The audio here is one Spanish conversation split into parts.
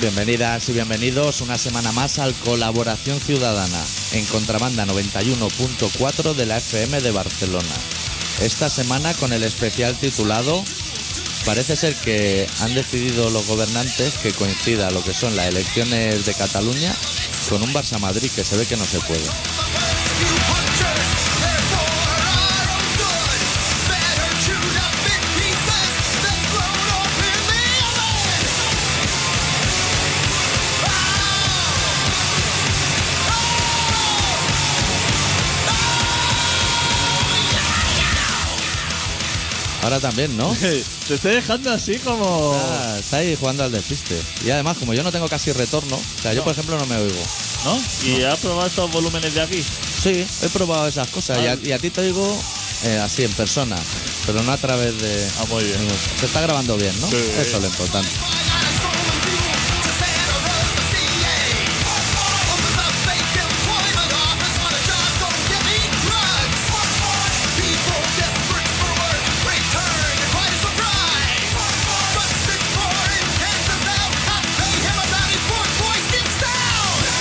Bienvenidas y bienvenidos una semana más al Colaboración Ciudadana en Contrabanda 91.4 de la FM de Barcelona. Esta semana con el especial titulado Parece ser que han decidido los gobernantes que coincida lo que son las elecciones de Cataluña con un Barça Madrid que se ve que no se puede. Ahora también, ¿no? Te estoy dejando así como. Ah, está ahí jugando al despiste. Y además, como yo no tengo casi retorno, o sea, yo por ejemplo no me oigo. ¿No? ¿Y has probado estos volúmenes de aquí? Sí, he probado esas cosas Ah. y, a, y a ti te oigo eh, así en persona, pero no a través de... Ah, muy bien. Se está grabando bien, ¿no? Sí. Eso es lo importante. Down!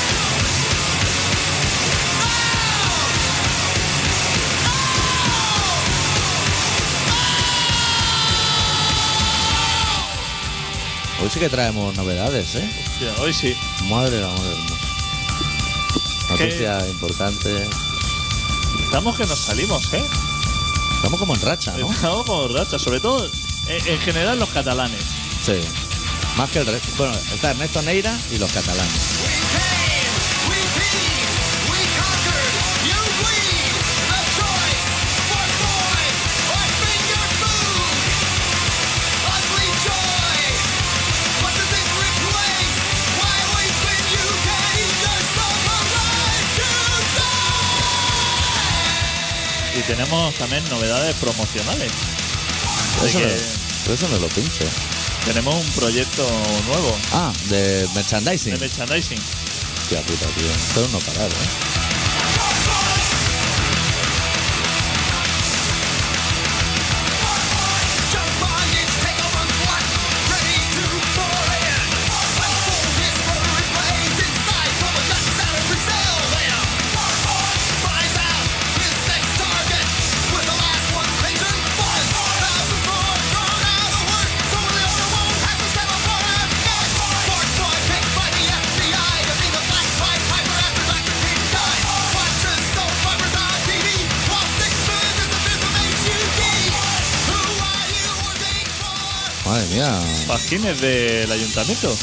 Hoy sí que traemos novedades, ¿eh? Hostia, hoy sí. Madre de amor hermoso. ¿Qué? Noticia importante. Estamos que nos salimos, ¿eh? Estamos como en Ah, racha, ¿no? Estamos como racha, sobre todo eh, en, en general los catalanes. Sí. Más que el resto. Bueno, está Ernesto Neira y los catalanes. We came, we beat, we conquered, you bleed. The choice, what boy, what finger food, ugly joy. What does it replace? Why wait when you gave yourself a right to die? Y tenemos también novedades promocionales. Eso no, Así que pero eso no lo pinche. tenemos un proyecto nuevo Ah, de de merchandising. merchandising. Hostia puta, tío. Esto es no parar, ¿eh? Jump bondage, take a run, what? Ready to fall in. Unfold history plays inside from a gun sound and Brazil. Then war horse cries out his next target. With the last one patient fallen, thousands more thrown out of work. So the other won't have to settle for a gun. Fort boy picked by the FBI to be the black white piper after Dr. King died. Watches soap operas on TV while six men is the fifth of HUD. Who are you working for? Madre mía. Pagines del ayuntamiento.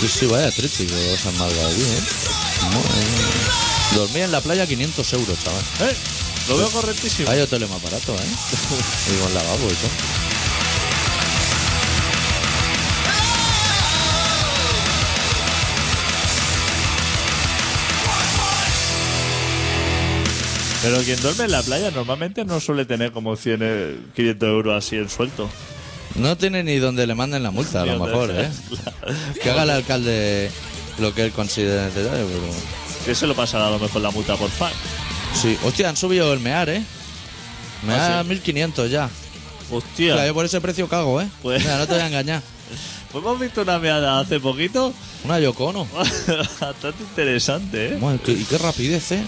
Sí, sí, vaya triste que os han malgado aquí, ¿eh? Madre mía. Dormir en la playa 500 euros, chaval. ¿Eh? Lo veo correctísimo. Hay hoteles más baratos, ¿eh? Y con lavabo y todo. Pero quien duerme en la playa normalmente no suele tener como 100, eh, 500 euros así en suelto. No tiene ni donde le manden la multa, a lo mejor, ¿eh? Que haga el alcalde lo que él considere necesario, pero... Que se lo pasará a lo mejor la multa por fax. Sí, hostia, han subido el mear, ¿eh? Mear Ah, sí. 1500 ya. Hostia. Claro, yo por ese precio cago, ¿eh? Pues- Mira, no te voy a engañar. Pues hemos visto una meada hace poquito. Una Yocono. Bastante interesante, ¿eh? y qué rapidez, ¿eh?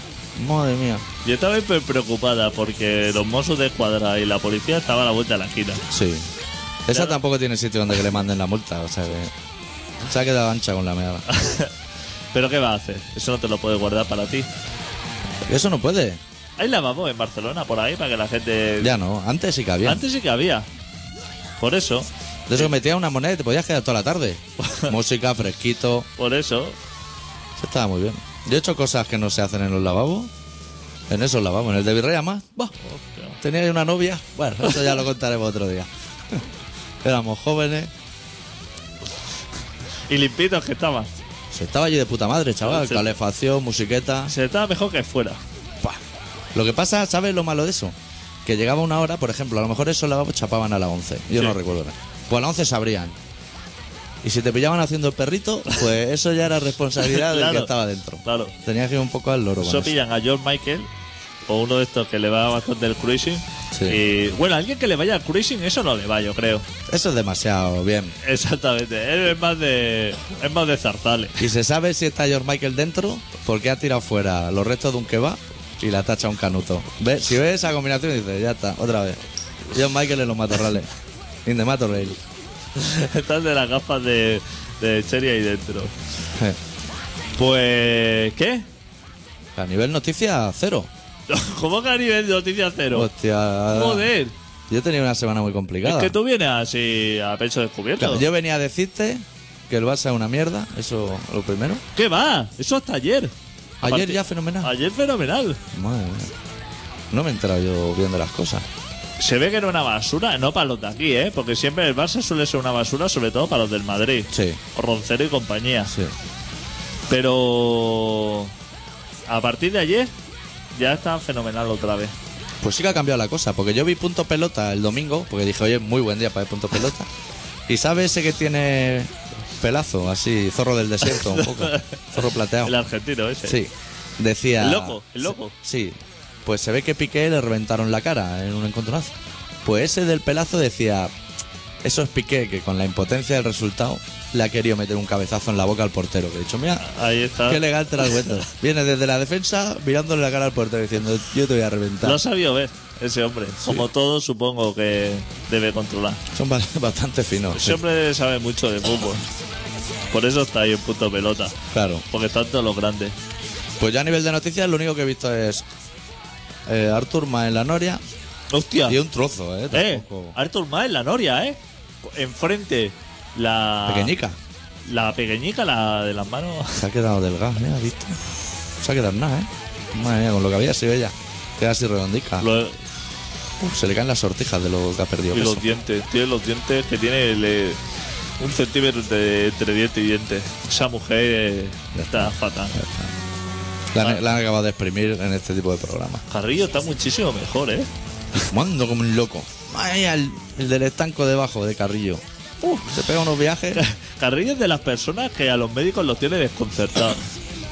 Madre mía. Yo estaba hiper preocupada porque los mozos de escuadra y la policía estaban a la vuelta de la esquina. Sí. Esa Claro. tampoco tiene sitio donde que le manden la multa, o sea que... Se ha quedado ancha con la meada. Pero ¿qué va a hacer? Eso no te lo puedes guardar para ti. Eso no puede. Ahí la vamos en Barcelona, por ahí, para que la gente... Ya no, antes sí que había. Antes sí que había. Por eso, De eso que metías una moneda y te podías quedar toda la tarde. Música, fresquito. por eso, Eso estaba muy bien. Yo he hecho cosas que no se hacen en los lavabos. En esos lavabos, en el de Virrey además. Bah, tenía yo una novia. Bueno, eso ya lo contaremos otro día. Éramos jóvenes. Y limpitos que estaban. Se estaba allí de puta madre, chaval. Sí. Calefacción, musiqueta. Se estaba mejor que fuera. Buah. Lo que pasa, ¿sabes lo malo de eso? Que llegaba una hora, por ejemplo, a lo mejor esos lavabos chapaban a las 11. Yo Sí. no recuerdo nada. Pues a las 11 se abrían. Y si te pillaban haciendo el perrito, pues eso ya era responsabilidad del Claro, que estaba dentro. claro. Tenías que ir un poco al loro. con Eso eso. pillan a George Michael o uno de estos que le va bastante el cruising Sí. Y bueno, alguien que le vaya al cruising, eso no le va, yo creo. Eso es demasiado bien. Exactamente. Él es más de. Es más de zarzales. ¿Y se sabe si está George Michael dentro? Porque ha tirado fuera los restos de un kebab y la tacha un canuto. ¿Ve? Si ves esa combinación dices, ya está, otra vez. George Michael en los matorrales. In the matorral. Están de las gafas de, de Cherry ahí dentro. Pues. ¿Qué? A nivel noticia, cero. ¿Cómo que a nivel de noticia cero? Pues Hostia. Joder. Yo he tenido una semana muy Es complicada. que tú vienes así a pecho descubierto. Claro, yo venía a decirte que el Barça es una mierda, eso lo primero. ¿Qué va? Eso hasta ayer. Ayer Aparte- ya fenomenal. Ayer fenomenal. Madre mía. No me he enterado yo bien de las cosas. Se ve que era una basura, no para los de aquí, ¿eh? Porque siempre el Barça suele ser una basura, sobre todo para los del Madrid. Sí. O Roncero y compañía. Sí. Pero a partir de ayer ya está fenomenal otra vez. Pues sí que ha cambiado la cosa, porque yo vi punto pelota el domingo, porque dije, oye, muy buen día para el punto pelota. Y sabe ese que tiene pelazo, así, zorro del desierto, un poco, zorro plateado. El argentino ese. Sí, decía... El loco, el loco. Sí, pues se ve que Piqué le reventaron la cara en un encontronazo. Pues ese del pelazo decía, eso es Piqué, que con la impotencia del resultado le ha querido meter un cabezazo en la boca al portero, que he dicho, mira, Ahí está. Qué legal te la cuento. Viene desde la defensa mirándole la cara al portero diciendo, yo te voy a reventar. Lo ha sabido ver ese hombre. Como todo supongo que debe controlar. Son ba- bastante finos. sí. Ese hombre sabe mucho de fútbol. Por eso está ahí en punto pelota. Claro. Porque tanto los grandes. Pues yo a nivel de noticias lo único que he visto es eh, Artur Ma en la Noria Hostia. y un trozo, ¿eh? Eh, Tampoco- Arthur Maes, la Noria, ¿eh? Enfrente la... Pequeñica. La pequeñica, la de las manos. Se ha quedado delgada, mira, ¿viste? No Se ha quedado nada, ¿eh? Madre mía, con lo que había sido ella. Queda así redondica. Lo- Uf, se le caen las sortijas de lo que ha perdido. y peso. los dientes. Tiene los dientes que tiene le- un centímetro entre, entre diente y diente. Esa mujer eh, está fatal. La, Ah. han- la han acabado de exprimir en este tipo de programas. Carrillo está muchísimo mejor, ¿eh? Fumando como un loco. Madre mía, el, el del estanco debajo de Carrillo. Uf, se pega unos viajes. Carrillo es de las personas que a los médicos los tiene desconcertados.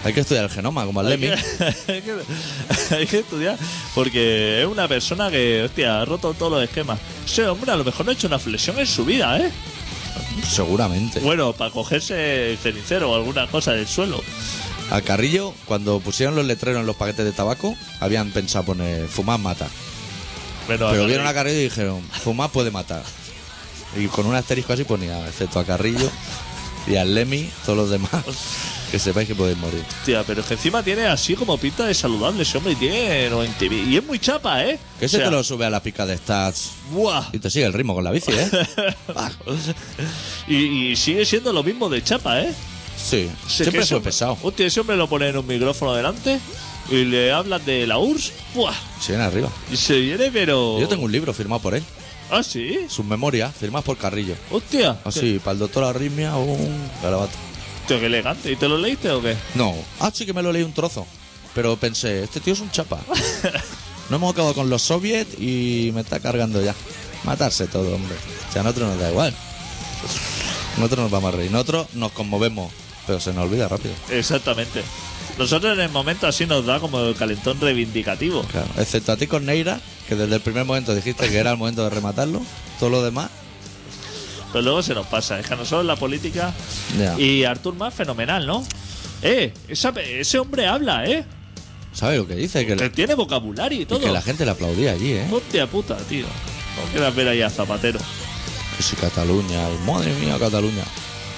Hay que estudiar el genoma, como al Hay Lemmy. que, hay que- hay que estudiar porque es una persona que, hostia, ha roto todos los esquemas. Ese hombre a lo mejor no ha hecho una flexión en su vida, ¿eh? Seguramente. Bueno, para cogerse el cenicero o alguna cosa del suelo. A Carrillo, cuando pusieron los letreros en los paquetes de tabaco, habían pensado poner fumar mata. Pero vieron a Carrillo y dijeron, fumar puede matar. Y con un asterisco así ponía, excepto a Carrillo y al Lemmy, todos los demás, que sepáis que podéis morir. Hostia, pero es que encima tiene así como pinta de saludable ese hombre y tiene 90 mil. Y es muy chapa, ¿eh? Que O ese sea, te lo sube a la pica de stats ¡buah! y te sigue el ritmo con la bici, ¿eh? Ah, Y, y sigue siendo lo mismo de chapa, ¿eh? sí, O sea, que siempre ese fue hombre- pesado. Hostia, ese hombre lo pone en un micrófono delante y le hablan de la URSS. ¡Buah! Se viene arriba. Y se viene, pero. Yo tengo un libro firmado por él, ¿Ah, sí? sus memorias, firmadas por Carrillo. ¡Hostia! Así, para el doctor Arritmia, un garabato. Hostia, qué elegante. ¿Y te lo leíste o qué? No. Ah, sí que me lo leí un trozo. Pero pensé, este tío es un chapa. No hemos acabado con los soviets y me está cargando ya. Matarse todo, hombre. O sea, a nosotros nos da igual. Nosotros nos vamos a reír. Nosotros nos conmovemos, pero se nos olvida rápido. Exactamente. Nosotros en el momento así nos da como el calentón reivindicativo. Claro. Excepto a ti con Neira, que desde el primer momento dijiste que era el momento de rematarlo. Todo lo demás, Pero luego se nos pasa. Es que a nosotros la política. Ya. Y Artur más fenomenal, ¿no? Eh, esa- ese hombre habla, ¿eh? ¿sabes lo que dice? Que, Que tiene vocabulario y y todo. que la gente le aplaudía allí, ¿eh? Hostia puta, tío. No quieras ver ahí a Zapatero. Que si Cataluña, y madre mía, Cataluña.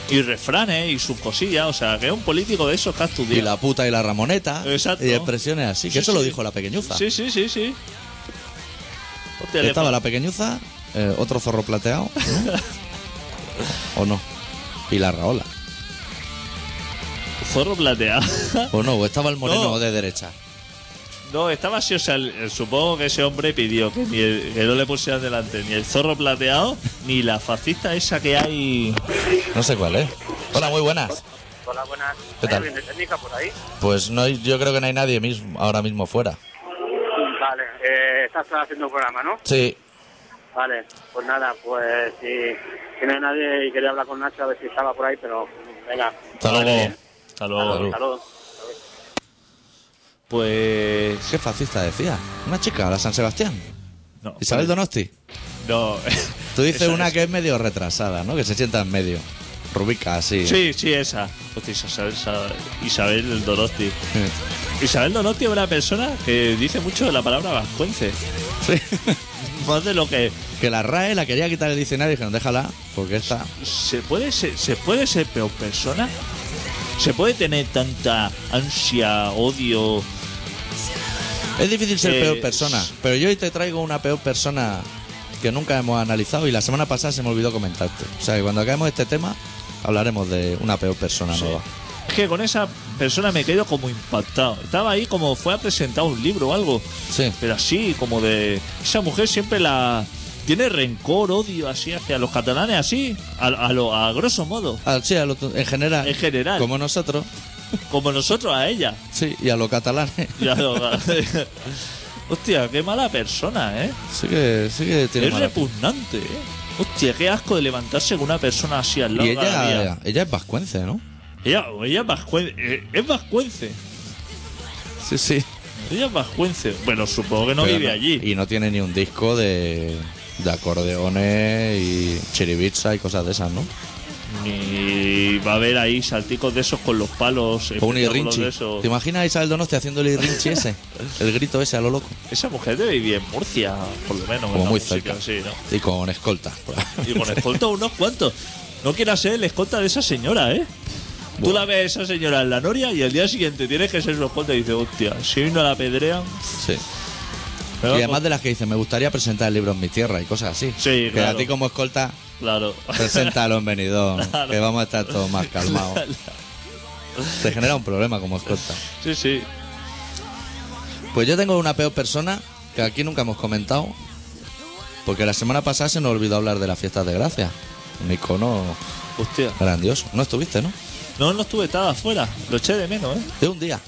Y refranes y sus cosillas. O sea, que es un político de esos que ha estudiado. Y la puta y la ramoneta. Exacto. Y expresiones así. Que Sí, eso lo sí. dijo la pequeñuza. Sí, sí, sí, sí. Hostia, le Estaba pon- la pequeñuza, eh, otro zorro plateado, ¿no? ¿O no? Y la raola. Zorro plateado. ¿O no? ¿O estaba el moreno No. de derecha? no, estaba así. O sea, el- el- supongo que ese hombre pidió que, ni el- que no le pusieran delante ni el zorro plateado ni la fascista esa que hay. No sé cuál, ¿eh? Hola, muy buenas. Hola, buenas. ¿Qué ¿Hay tal? alguien de técnica por ahí? Pues no, hay- yo creo que no hay nadie mismo, ahora mismo fuera. Vale, eh, estás haciendo un programa, ¿no? Sí. Vale, pues nada, pues si, si no hay nadie y quería hablar con Nacho a ver si estaba por ahí, pero venga. Hasta luego. Hasta luego. Saludos. Pues Qué fascista decía. Una chica, la San Sebastián. No, Isabel pues- Donosti. No. Tú dices Esa una es- que es medio retrasada, ¿no? Que se sienta en medio. Rubica, así. Sí, sí, esa. Hostia, Isabel, Isabel- Isabel del Donosti. Sí. Isabel Donosti es una persona que dice mucho de la palabra vascuence. Sí. Más de lo que Que la RAE la quería quitar del diccionario y dijeron, déjala, porque esta. se puede ser, se puede ser peor persona. Se puede tener tanta ansia, odio. Es difícil ser Eh, peor persona, pero yo hoy te traigo una peor persona que nunca hemos analizado y la semana pasada se me olvidó comentarte. O sea que cuando acabemos este tema hablaremos de una peor persona Sí. nueva. Es que con esa persona me quedo como impactado. Estaba ahí como fue a presentar un libro o algo. Sí. Pero así, como de. Esa mujer siempre la. Tiene rencor, odio así hacia los catalanes, así. A, a lo, a grosso modo. Ah, sí, a lo- en general. En general. Como nosotros. Como nosotros a ella. Sí, y a los catalanes. Y a lo- Hostia, qué mala persona, ¿eh? Sí que, sí que tiene es mala- repugnante, ¿eh? Hostia, qué asco de levantarse con una persona así al lado Y cada día. ella, ella es vascuence, ¿no? Ella, ella es vascuen- eh, es vascuence. Sí, sí. Ella es vascuence. Bueno, supongo que no Pero vive allí. Y no tiene ni un disco de, de acordeones y chiribitza y cosas de esas, ¿no? Ni va a haber ahí salticos de esos con los palos. eh, O un pentágonos irrinchi. de esos. ¿Te imaginas a Isabel Donosti haciendo el irrinchi ese? El grito ese a lo loco. Esa mujer debe vivir en Murcia, por lo menos. Como en la muy música, cerca. sí, ¿no? Y con escolta. Y con escolta unos cuantos. No quieras ser el escolta de esa señora, ¿eh? Tú Buah. la ves a esa señora en la noria y al día siguiente tienes que ser su escolta y dices, hostia, si hoy no la pedrean. Sí. me va Y a además de las que dicen, me gustaría presentar el libro en mi tierra y cosas así. Sí, que claro. a ti como escolta, co-". Claro. preséntalo en Benidorm, Claro. que vamos a estar todos más calmados. Te genera un problema como escolta. Sí, sí. Pues yo tengo una peor persona que aquí nunca hemos comentado. Porque la semana pasada se nos olvidó hablar de las fiestas de gracia. Un icono Hostia. grandioso. No estuviste, ¿no? No, no estuve, estaba afuera. Lo eché de menos, ¿eh? De un día.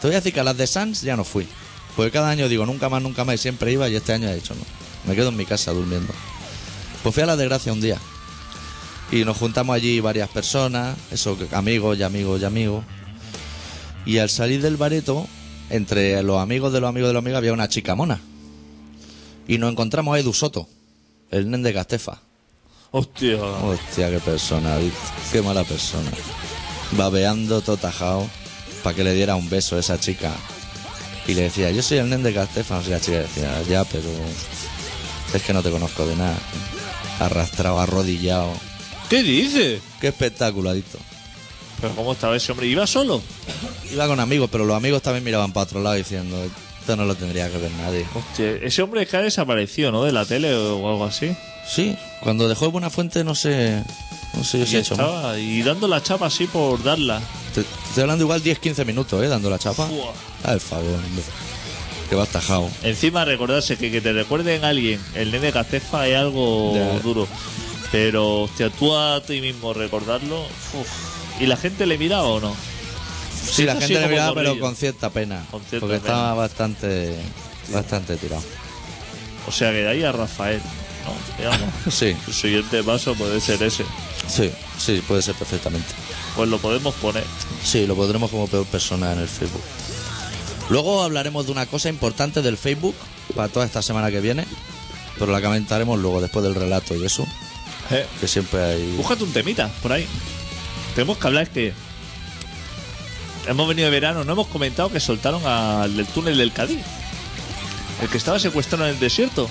Te voy a decir que a las de Sans ya no fui. Porque cada año digo nunca más, nunca más y siempre iba y este año he dicho no. Me quedo en mi casa durmiendo. Pues fui a las de gracia un día. Y nos juntamos allí varias personas, eso, que- amigos y amigos y amigos. Y al salir del bareto, entre los amigos de los amigos de los amigos había una chica mona. Y nos encontramos a Edu Soto, el nen de Castefa. Hostia. Hostia, qué persona, ¿viste? qué mala persona. Babeando todo tajado para que le diera un beso a esa chica. Y le decía, yo soy el nen de Castefan. Y la chica decía, ya, pero es que no te conozco de nada. Arrastrado, arrodillado. ¿Qué dices? Qué espectáculo, adicto. Pero ¿cómo estaba ese hombre? ¿Iba solo? Iba con amigos, pero los amigos también miraban para otro lado diciendo, esto no lo tendría que ver nadie. Hostia, ese hombre es que ha desaparecido, ¿no? De la tele o algo así. Sí, cuando dejó Buena Fuente no sé, no sé yo si y ha hecho más. estaba y dando la chapa así por darla. Te, te estoy hablando igual 10-15 minutos, ¿eh? Dando la chapa. Buah. Al favor, hombre. Que vas tajado. Encima recordarse que que te recuerden a alguien, el nene Castefa es algo Ya. duro. Pero, hostia, tú a ti mismo recordarlo. uf. ¿Y la gente le miraba o no? Sí, la así gente le como miraba, corrillo. pero con cierta pena. Con cierta porque pena. estaba bastante bastante tirado. O sea, que de ahí a Rafael. ¿no? Digamos. Sí, Su siguiente paso puede ser ese. sí, sí, puede ser perfectamente. Pues lo podemos poner. Sí, lo pondremos como peor persona en el Facebook. Luego hablaremos de una cosa importante del Facebook para toda esta semana que viene, pero la comentaremos luego, después del relato y eso, Eh, que siempre hay... Búscate un temita por ahí. Tenemos que hablar que hemos venido de verano, no hemos comentado que soltaron al del túnel del Cádiz. El que estaba secuestrado en el desierto.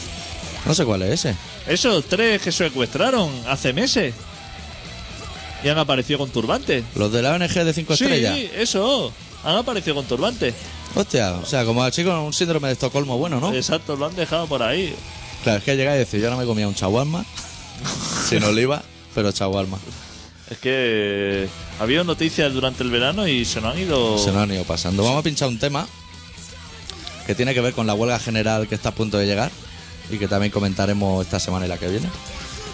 No sé cuál es ese. Esos tres que secuestraron hace meses. Y han aparecido con turbantes. Los de la ONG de 5 Sí, estrellas. eso. Han aparecido con turbantes. Hostia, o sea, como al chico con un síndrome de Estocolmo bueno, ¿no? Exacto, lo han dejado por ahí. Claro, es que llega y dice, yo no me comía un chaguarma, sin oliva, pero chaguarma. Es que eh, ha habido noticias durante el verano y se nos han ido. Se nos han ido pasando. Vamos a pinchar un tema que tiene que ver con la huelga general que está a punto de llegar y que también comentaremos esta semana y la que viene.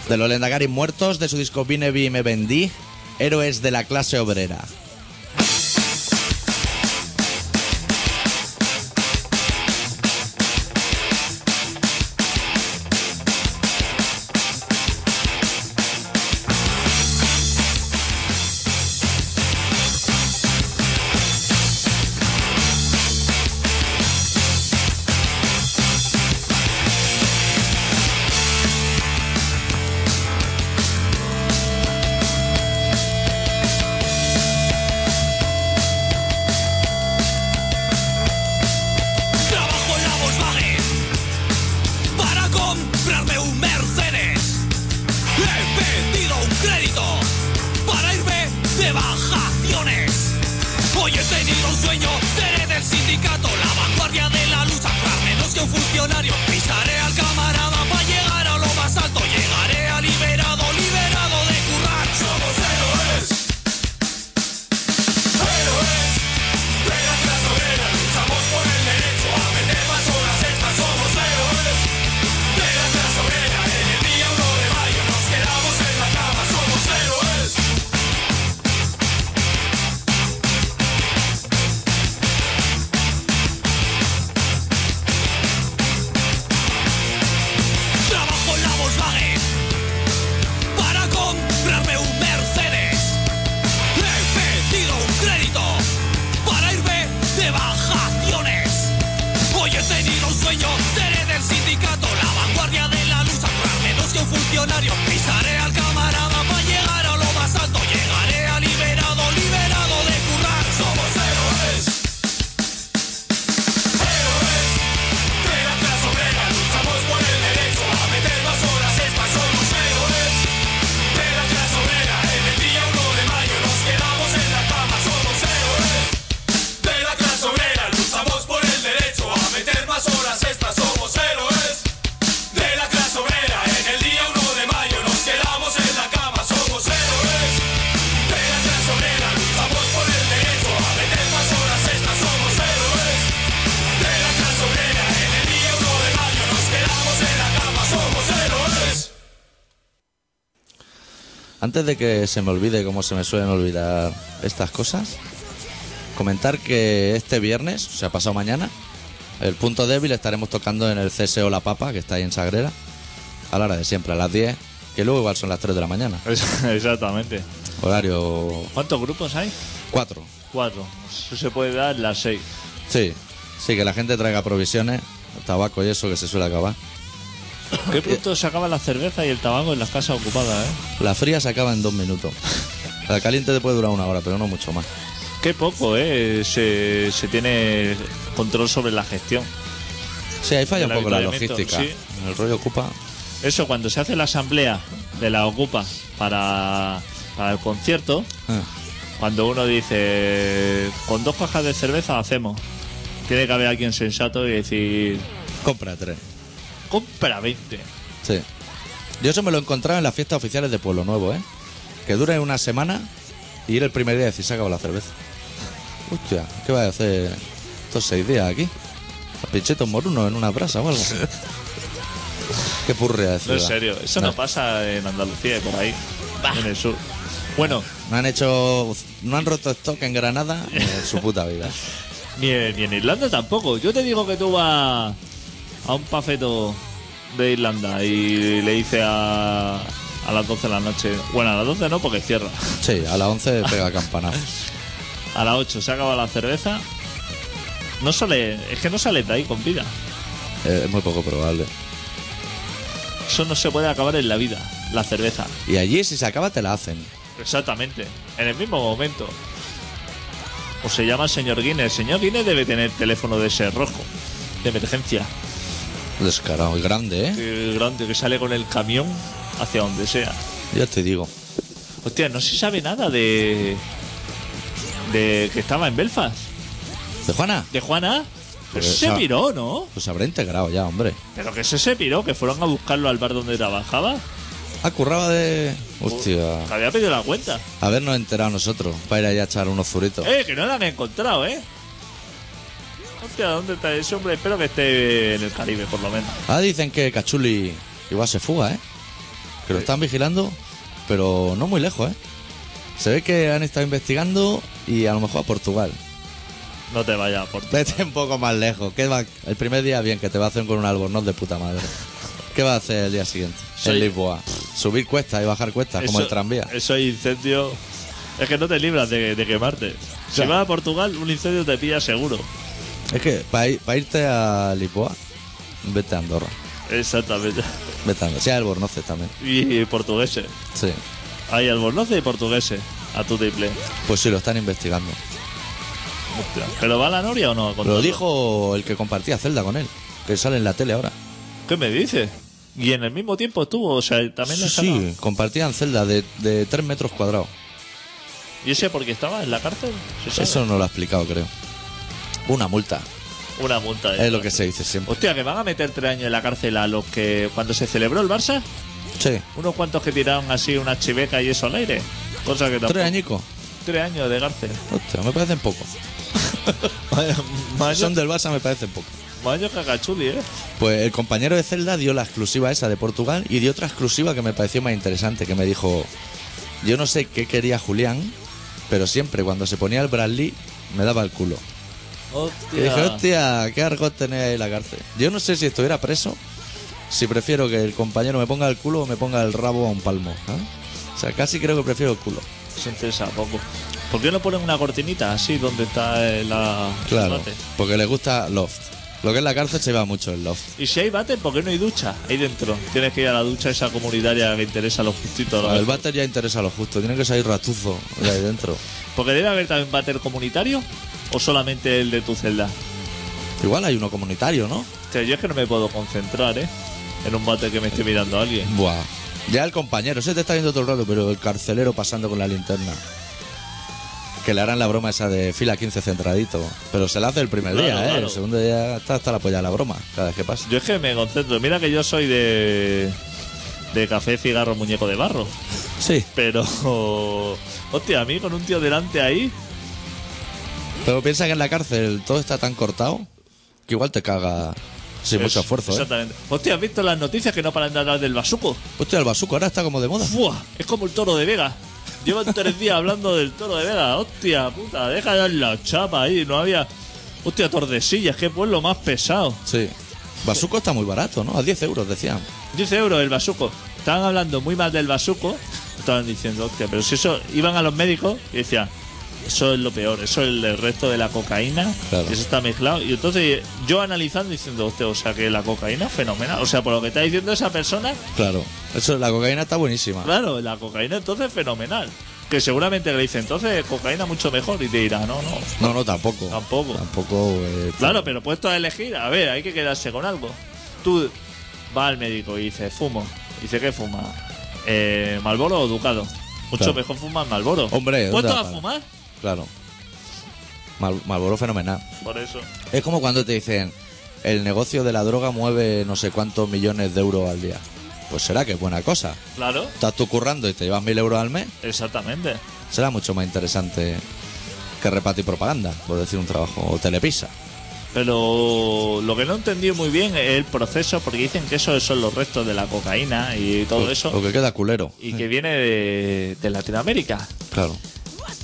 De los Lendakaris muertos, de su disco Vine, Vi y Me Vendí, héroes de la clase obrera. Thank Antes de que se me olvide, como se me suelen olvidar estas cosas, comentar que este viernes, o sea, pasado mañana, el punto débil estaremos tocando en el CSO La Papa, que está ahí en Sagrera, a la hora de siempre, a las 10, que luego igual son las 3 de la mañana. Es- Exactamente. Horario ¿Cuántos grupos hay? 4. Cuatro. Eso se puede dar las seis. Sí, sí, que la gente traiga provisiones, tabaco y eso que se suele acabar. Eh, ¿Qué pronto se acaba la cerveza y el tabaco en las casas ocupadas, eh? La fría se acaba en dos minutos. La caliente te puede durar una hora, pero no mucho más. Qué poco, eh. Se, se tiene control sobre la gestión. Sí, ahí falla El un poco la habituamiento, logística. sí. El rollo ocupa. Eso, cuando se hace la asamblea de la Ocupa para, para el concierto, Ah, cuando uno dice, con dos cajas de cerveza hacemos, tiene que haber alguien sensato y decir, Compra tres. compra 20. Sí. Yo eso me lo he encontrado en las fiestas oficiales de Pueblo Nuevo, ¿eh? Que duren una semana y ir el primer día y decir, se acabó la cerveza. Hostia, ¿qué vas a hacer estos seis días aquí? A pinchetos morunos en una brasa o algo. Qué purria de No, en ciudad. serio, eso no. pasa en Andalucía y por ahí, en el sur. Bueno, No han hecho. No han roto stock en Granada en su puta vida. ni en, ni en Irlanda tampoco. Yo te digo que tú vas a un pafeto de Irlanda y le dices a, a las 12 de la noche, bueno, a las 12 no porque cierra. Sí, a las 11 pega campanazo. A las 8 se acaba la cerveza. No sale, es que no sale de ahí con vida. Eh, es muy poco probable. Eso no se puede acabar en la vida, la cerveza. Y allí, si se acaba, te la hacen. Exactamente, en el mismo momento. O se llama el señor Guinness. El señor Guinness debe tener teléfono de ese rojo, de emergencia. Descarado y grande, ¿eh? El grande que sale con el camión hacia donde sea. Ya te digo. Hostia, no se sabe nada de. de que estaba en Belfast. ¿De Juana? De Juana. Pero Pero se esa- piró, ¿no? Pues habrá integrado ya, hombre. Pero que se se piró, que fueron a buscarlo al bar donde trabajaba. Ah, curraba de. Hostia. Que había pedido la cuenta. Habernos enterado nosotros para ir allá a echar unos zuritos. Eh, que no la han encontrado, eh. Hostia, ¿dónde está ese hombre? Espero que esté en el Caribe, por lo menos. Ah, dicen que Cachuli igual se fuga, ¿eh? Que lo están vigilando, pero no muy lejos, ¿eh? Se ve que han estado investigando y a lo mejor a Portugal. No te vayas por Vete un poco más lejos. ¿Qué va? El primer día bien, que te va a hacer con un albornoz de puta madre. ¿Qué va a hacer el día siguiente? Soy- En Lisboa. Subir cuestas y bajar cuestas, como Eso- el tranvía. Eso es incendio. Es que no te libras de, de quemarte. Si Ya. vas a Portugal, un incendio te pilla seguro. Es que para irte a Lisboa, vete a Andorra. Exactamente. Vete a Andorra. Sí, hay albornoces también. Y, portugueses. Sí. Hay albornoces y portugueses. A tu triple. Pues sí, lo están investigando. Hostia. ¿Pero va la Noria o no? a Lo contarlo? dijo el que compartía celda con él, que sale en la tele ahora. ¿Qué me dices? Y en el mismo tiempo estuvo. O sea, también la Sí, sacaron. sí, compartían celda de, de 3 metros cuadrados. ¿Y ese porque estaba en la cárcel? ¿Se sabe? Eso no lo ha explicado, creo. Una multa, Una multa. eh. de- es lo que se dice siempre. Hostia, que van a meter tres años en la cárcel a los que cuando se celebró el Barça, Sí, unos cuantos que tiraron así una chiveca y eso al aire. Cosa que tampoco. tres añicos. Tres años de cárcel. Hostia, me parecen poco. Más Son años- del Barça, me parecen poco. más años que a Cachuli, ¿eh? Pues el compañero de celda dio la exclusiva esa de Portugal y dio otra exclusiva que me pareció más interesante, que me dijo, yo no sé qué quería Julián, pero siempre cuando se ponía el Bradley me daba el culo. Y Hostia. dije, hostia, qué argot tenéis ahí en la cárcel. Yo no sé si estuviera preso, si prefiero que el compañero me ponga el culo o me ponga el rabo a un palmo. ¿eh? O sea, casi creo que prefiero el culo. Se interesa poco. ¿Por qué no ponen una cortinita así donde está eh, la el Claro, váter? porque le gusta Loft. Lo que es la cárcel se va mucho en Loft. Y si hay váter, ¿por qué no hay ducha? Ahí dentro. Tienes que ir a la ducha esa comunitaria que interesa a los justitos. ¿no? El váter ya interesa a lo justo, tiene que salir ratuzo de ahí dentro. Porque debe haber también váter comunitario o solamente el de tu celda. Igual hay uno comunitario, ¿no? Hostia, yo es que no me puedo concentrar, ¿eh? En un váter que me esté mirando alguien. Buah. Ya el compañero, se te está viendo todo el rato, pero el carcelero pasando con la linterna. Que le harán la broma esa de fila 15 centradito. Pero se la hace el primer Claro, día, ¿eh? claro. El segundo día está hasta la polla de la broma, cada vez que pasa. Yo es que me concentro. Mira que yo soy de. de café, cigarro, muñeco de barro. Sí, Pero. Hostia, a mí con un tío delante ahí. pero piensa que en la cárcel todo está tan cortado que igual te caga Sin mucho Es- esfuerzo, ¿eh? Exactamente. Hostia, ¿has visto las noticias que no paran de hablar del basuco? Hostia, el bazuco ahora está como de moda. ¡Fua! Es como el toro de Vega. Llevan tres días hablando del toro de Vega. Hostia, puta, deja de dar la chapa ahí. No había. Hostia, Tordesillas, qué pueblo más pesado. Sí. Bazuco está muy barato, ¿no? A 10 euros, decían. 10 euros el basuco. Estaban hablando muy mal del basuco. Estaban diciendo, hostia, pero si eso. Iban a los médicos y decían, eso es lo peor, eso es el resto de la cocaína. Claro. Eso está mezclado. Y entonces yo analizando diciendo, hostia, o sea que la cocaína es fenomenal. O sea, por lo que está diciendo esa persona, Claro. Eso, la cocaína está buenísima. Claro, la cocaína entonces es fenomenal. Que seguramente le dice entonces cocaína mucho mejor y te dirá, no, no. No, no, tampoco. Tampoco. Tampoco. eh, Claro, pero puesto a elegir, a ver, hay que quedarse con algo. Tú vas al médico y dices, fumo. Dice, ¿qué fuma? Eh, ¿Malboro o Ducado? Mucho Claro. mejor fumar Malboro. Hombre, ¿Puesto onda, a para. fumar? Claro. Mal, Malboro fenomenal. Por eso. Es como cuando te dicen, el negocio de la droga mueve no sé cuántos millones de euros al día. Pues será que es buena cosa. Claro, Estás tú currando y te llevas mil euros al mes, exactamente. será mucho más interesante que repartir propaganda, por decir un trabajo, o telepisa. Pero lo que no entendí muy bien es el proceso, porque dicen que eso son los restos de la cocaína y todo Pues, Lo eso, que queda culero. y que viene de- de Latinoamérica. Claro.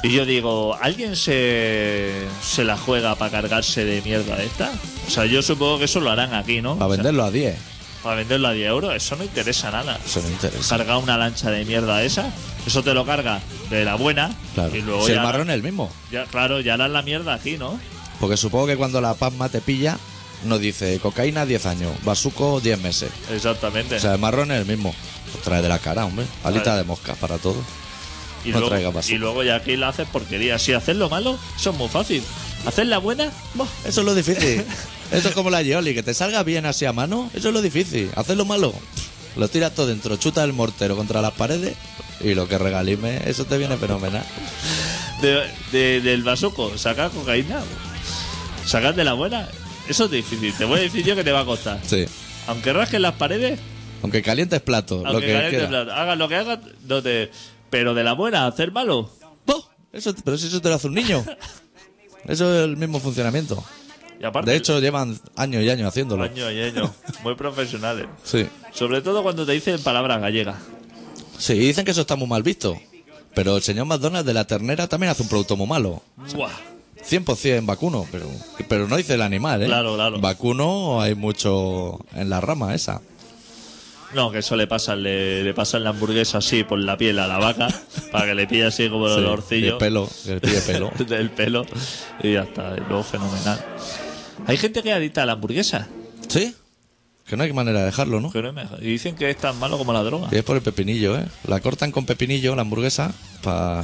Y yo digo, ¿alguien se, se la juega para cargarse de mierda esta? O sea, yo supongo que eso lo harán aquí, ¿no? Para O sea, venderlo a 10. para venderlo a 10 euros, eso no interesa nada. Eso no interesa. Cargar una lancha de mierda esa, eso te lo carga de la buena. Claro. Y luego si ya, el marrón es el mismo. ya- claro, ya harán la mierda aquí, ¿no? Porque supongo que cuando la pasma te pilla, nos dice cocaína 10 años, basuco 10 meses. Exactamente. O sea, el marrón es el mismo. Pues trae de la cara, hombre. Alita Claro. de mosca para todo. y, no traiga luego, basura. y luego ya aquí la haces porquería. Si haces lo malo, eso es muy fácil. Hacer la buena, ¡buah! Eso es lo difícil. Eso es como la Yoli, que te salga bien así a mano, eso es lo difícil. Hacerlo malo, lo tiras todo dentro, chuta el mortero contra las paredes y lo que regalime, eso te viene fenomenal. de- de- del basoco, sacar cocaína, sacar de la buena, eso es difícil. Te voy a decir yo que te va a costar. Sí. Aunque rasques las paredes, Aunque calientes plato, lo aunque que calientes quieras. plato, hagas lo que hagas, no te. Pero de la buena, hacer malo. ¡Boh! Eso, pero si eso te lo hace un niño. Eso es el mismo funcionamiento. Y aparte, De hecho, llevan años y años haciéndolo. año y año, muy profesionales. Sí. Sobre todo cuando te dicen palabras gallegas. Sí, y dicen que eso está muy mal visto. Pero el señor McDonald's de la ternera también hace un producto muy malo. Buah. 100% vacuno, pero, pero no dice el animal, ¿eh? Claro, claro. Vacuno hay mucho en la rama esa. No, que eso le pasa, le, le pasan la hamburguesa así por la piel a la vaca, para que le pille así como el Sí, y olorcillo. el pelo, el pie de pelo. del pelo. Y ya está, y luego fenomenal. Hay gente que es adicta a la hamburguesa. ¿Sí? Que no hay manera de dejarlo, ¿no? que no es mejor. Y dicen que es tan malo como la droga. Y es por el pepinillo, ¿eh? La cortan con pepinillo, la hamburguesa, para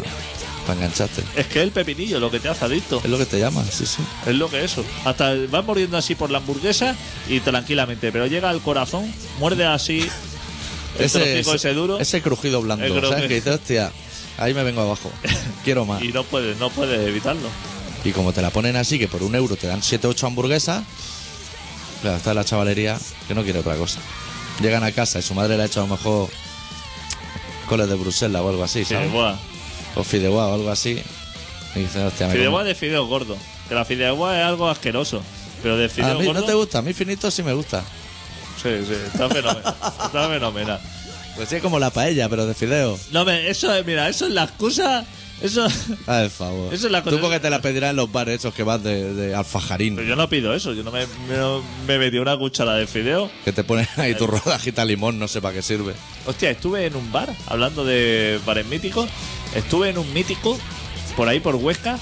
engancharte. Es que es el pepinillo lo que te hace adicto. Es lo que te llama, sí, sí. Es lo que eso. Hasta vas muriendo así por la hamburguesa y tranquilamente. Pero llega al corazón, muerde así. el trocico ese duro. ese crujido blando, El crujido. ¿sabes? Que dices, hostia, ahí me vengo abajo. Quiero más. Y no puedes, no puedes evitarlo. Y como te la ponen así, que por un euro te dan 7 8 hamburguesas, claro, está la chavalería que no quiere otra cosa. Llegan a casa y su madre le ha hecho a lo mejor coles de Bruselas o algo así, Sí, ¿sabes? guau. o fideuá o algo así. Y dicen, hostia, me Fideuá como- de fideo gordo. Que la fideuá es algo asqueroso. Pero de fideo A mí gordo. no te gusta, a mí finito sí me gusta. Sí, sí, está fenomenal. está fenomenal. Pues sí, es como la paella, pero de fideo. No, me, eso, es- mira, eso es la excusa. Eso. Ah, por favor. Eso es la cosa- Pues Tú porque te la pedirás en los bares esos que vas de, de alfajarín. Pero yo no pido eso. Yo no me, no me metí una cuchara de fideo. Que te ponen ahí tu rodajita de limón, no sé para qué sirve. Hostia, estuve en un bar, hablando de bares míticos, estuve en un mítico por ahí por Huesca,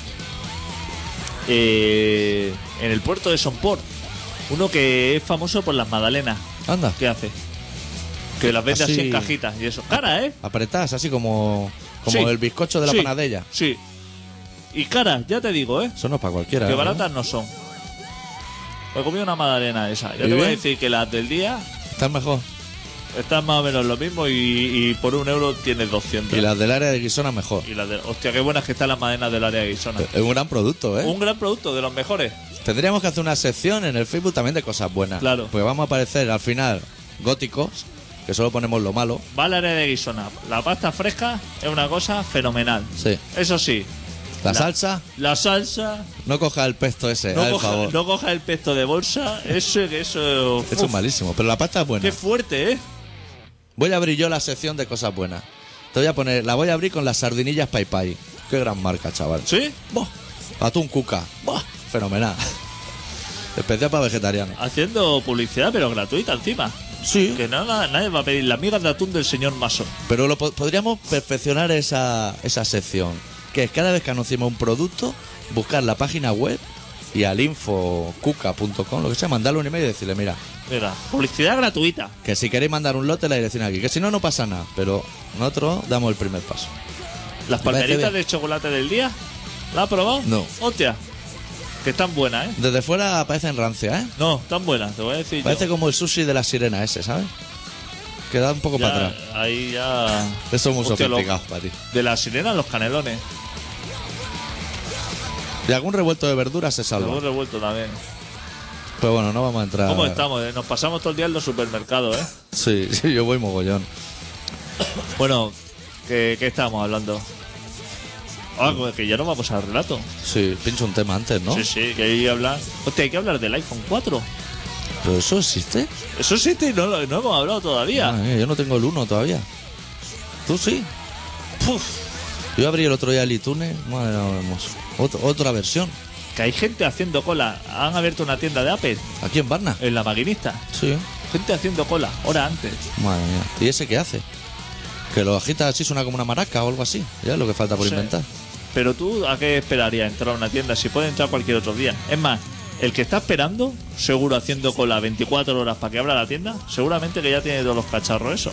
eh, en el puerto de Somport, uno que es famoso por las magdalenas. Anda, ¿Qué hace? Que las vende así, Así. en cajitas y eso. Cara, ¿eh? apretás así como, como Sí. el bizcocho de la Sí. panadella. Sí. Y cara, ya te digo, ¿eh? Eso no es para cualquiera. Que ¿eh? baratas no son. Me comí una magdalena esa. Ya ¿Y te voy a bien? decir que las del día Están mejor. están más o menos lo mismo y, y por un euro tienes 200. Y las del área de Guisona mejor. Y la de, hostia, qué buenas que están las madenas del área de Guisona. Es un gran producto, ¿eh? Un gran producto, de los mejores. Tendríamos que hacer una sección en el Facebook también de cosas buenas. Claro. Pues vamos a aparecer al final góticos, que solo ponemos lo malo. Va al área de Guisona. La pasta fresca es una cosa fenomenal. Sí. Eso sí, La, salsa, La salsa. no coja el pesto ese, No haz el coja, favor. no coja el pesto de bolsa. Eso que eso. Esto es uf, malísimo, pero la pasta es buena. qué fuerte, ¿eh? Voy a abrir yo la sección de cosas buenas. Te voy a poner, la voy a abrir con las sardinillas Pai Pai. Qué gran marca, chaval. ¿Sí? Buah. Atún cuca. Buah. Fenomenal. Especial para vegetarianos. Haciendo publicidad, pero gratuita encima. Sí. Que nada, nadie va a pedir las migas de atún del señor Masón. Pero lo po- podríamos perfeccionar esa, esa sección. Que es cada vez que anunciemos un producto, buscar la página web y al infocuca.com, lo que sea, mandarle un email y decirle, mira, Mira, publicidad gratuita. que si queréis mandar un lote, la dirección aquí. Que si no, no pasa nada. Pero nosotros damos el primer paso. Las Me parece palmeritas bien. de chocolate del día. ¿La has probado? No. Hostia. Que están buenas, ¿eh? Desde fuera parecen rancia, ¿eh? No, están buenas, te voy a decir. Parece yo. como el sushi de la sirena ese, ¿sabes? Que da un poco Ya, para atrás. Ahí ya. Eso es muy Hostia, lo- sofisticado para ti. De la sirena a los canelones. Y algún revuelto de verduras se Lo hemos salva. revuelto también. Pero bueno, no vamos a entrar. ¿Cómo estamos? eh? Nos pasamos todo el día en los supermercados, ¿eh? Sí, sí, yo voy mogollón. Bueno, ¿qué, qué estábamos hablando? Ah, pues que ya no vamos al relato. Sí, pincho un tema antes, ¿no? Sí, sí, que hay que hablar. Hostia, hay que hablar del iPhone 4. ¿Pero eso existe? Eso existe y no, lo- no hemos hablado todavía. Ah, eh, yo no tengo el uno todavía. ¿Tú sí? Puf, Yo abrí el otro día el iTunes. Madre mía, hermoso. Ot- otra versión. que hay gente haciendo cola. Han abierto una tienda de Apple Aquí en Barna. en la maquinista. Sí. Gente haciendo cola, hora antes. Madre mía. ¿Y ese qué hace? Que lo agita así, suena como una maraca o algo así. Ya es lo que falta por Sí. inventar. Pero tú, ¿a qué esperarías entrar a una tienda si puede entrar cualquier otro día? Es más, el que está esperando, seguro haciendo cola 24 horas para que abra la tienda, seguramente que ya tiene todos los cacharros eso.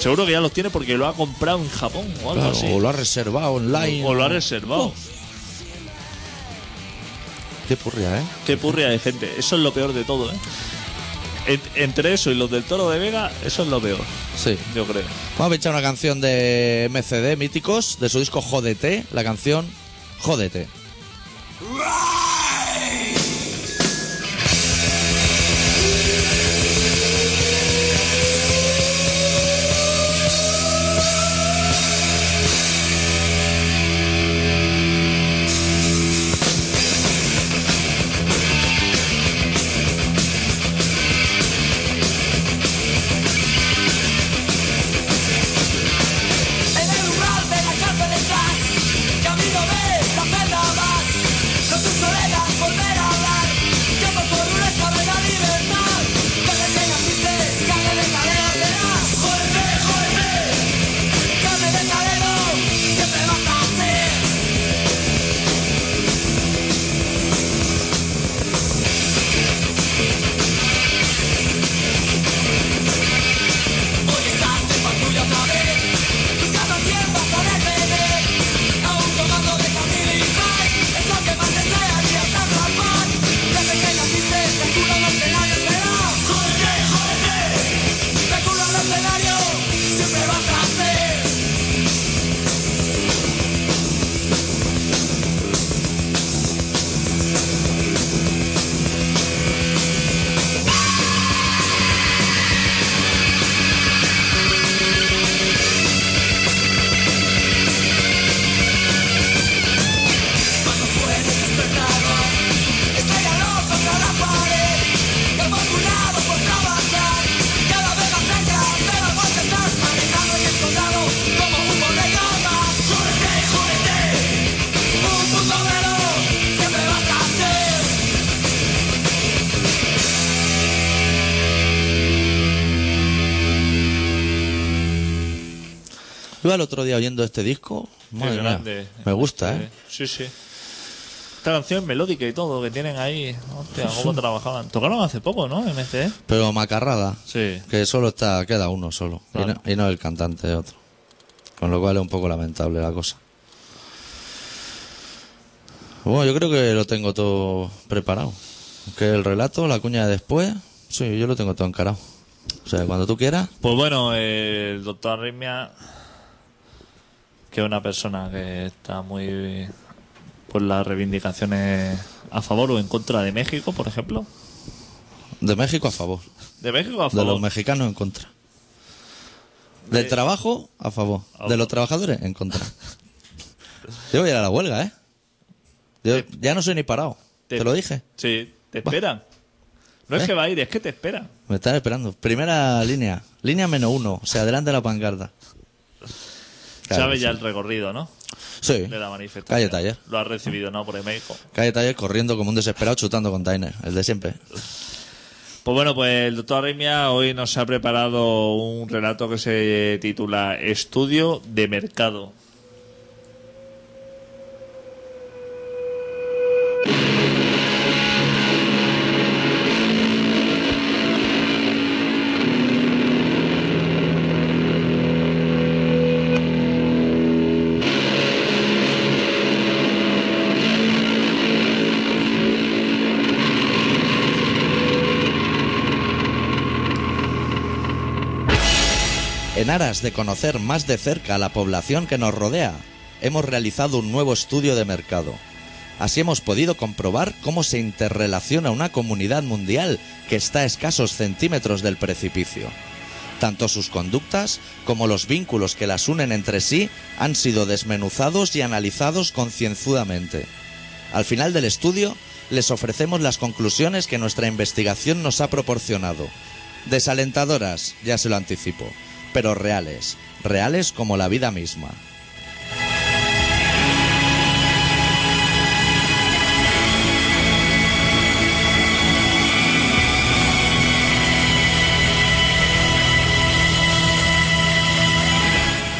Seguro que ya los tiene porque lo ha comprado en Japón o algo Claro, así. o lo ha reservado online. Uh, O lo ha reservado. Qué purria, ¿eh? Qué purria de gente. Eso es lo peor de todo, ¿eh? En- entre eso y los del Toro de Vega, eso es lo peor, Sí. yo creo. Vamos a echar una canción de MCD Míticos, de su disco Jódete, la canción Jódete. En el umbral de la cárcel estás, camino de la celda vas, con tus colegas volver a hablar, que por pureza de la libertad, que me tengas tristes, que me dejaré serás. Jodete, jodete, que me dejaré no, siempre vas a ser. Hoy estás de patrulla otra vez, cada quien vas a defender a un comando de familia y paz, es lo que más deseas y hacerlo al pan, desde que naciste, seguro el escenario será. Jorge, Jorge, seguro el escenario, siempre vas a ser. Cuando suene despertado, estrellalo contra la pared, que por tu lado por trabajar, cada vez más cerca de la muerte estás manejado y escondado como humo de llama. Júrete, júrete, un fundadero siempre vas a ser. Yo el otro día oyendo este disco, madre Qué mía, grande. me gusta, ¿eh? Sí, sí. Esta canción melódica y todo que tienen ahí. Hostia, cómo trabajaban. Tocaron hace poco, ¿no? este, ¿eh? MCE. Pero macarrada, Sí. que solo está, queda uno solo, y, Claro. no, y no el cantante de otro. Con lo cual es un poco lamentable la cosa. Bueno, yo creo que lo tengo todo preparado. Que el relato, la cuña de después, sí, yo lo tengo todo encarado. O sea, cuando tú quieras, Pues bueno, eh, el doctor Arritmia, que es una persona que está muy por las reivindicaciones a favor o en contra de México, por ejemplo. de México a favor. De México a De favor. los mexicanos en contra. Del trabajo a favor. A De favor. los trabajadores en contra. Yo voy a ir a la huelga, ¿eh? Yo ya no soy ni parado. Te, lo dije. Sí, te esperan. No es ¿Eh? que va a ir, es que te esperan. Me están esperando. Primera línea. Línea menos uno. Se adelanta la pancarta. Claro Sabes que ya sí. el recorrido, ¿no? Sí. De la manifestación. Calle Taller. Lo has recibido, ¿no? Por email. jo. Calle Taller corriendo como un desesperado chutando containers. El de siempre. Pues bueno, pues el doctor Arrimia hoy nos ha preparado un relato que se titula Estudio de Mercado. En aras de conocer más de cerca a la población que nos rodea, hemos realizado un nuevo estudio de mercado. Así hemos podido comprobar cómo se interrelaciona una comunidad mundial que está a escasos centímetros del precipicio. Tanto sus conductas como los vínculos que las unen entre sí han sido desmenuzados y analizados concienzudamente. Al final del estudio, les ofrecemos las conclusiones que nuestra investigación nos ha proporcionado. Desalentadoras, ya se lo anticipo, pero reales, reales como la vida misma.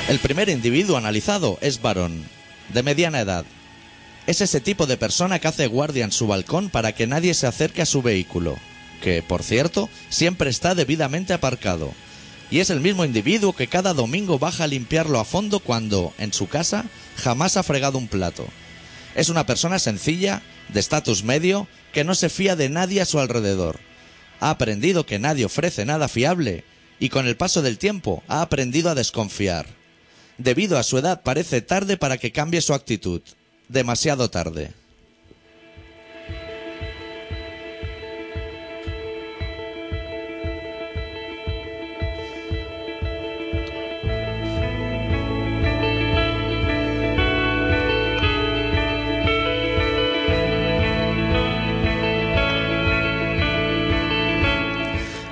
El primer individuo analizado es varón, de mediana edad, es ese tipo de persona que hace guardia en su balcón para que nadie se acerque a su vehículo, que, por cierto, siempre está debidamente aparcado. Y es el mismo individuo que cada domingo baja a limpiarlo a fondo cuando, en su casa, jamás ha fregado un plato. Es una persona sencilla, de estatus medio, que no se fía de nadie a su alrededor. Ha aprendido que nadie ofrece nada fiable y con el paso del tiempo ha aprendido a desconfiar. Debido a su edad parece tarde para que cambie su actitud. Demasiado tarde.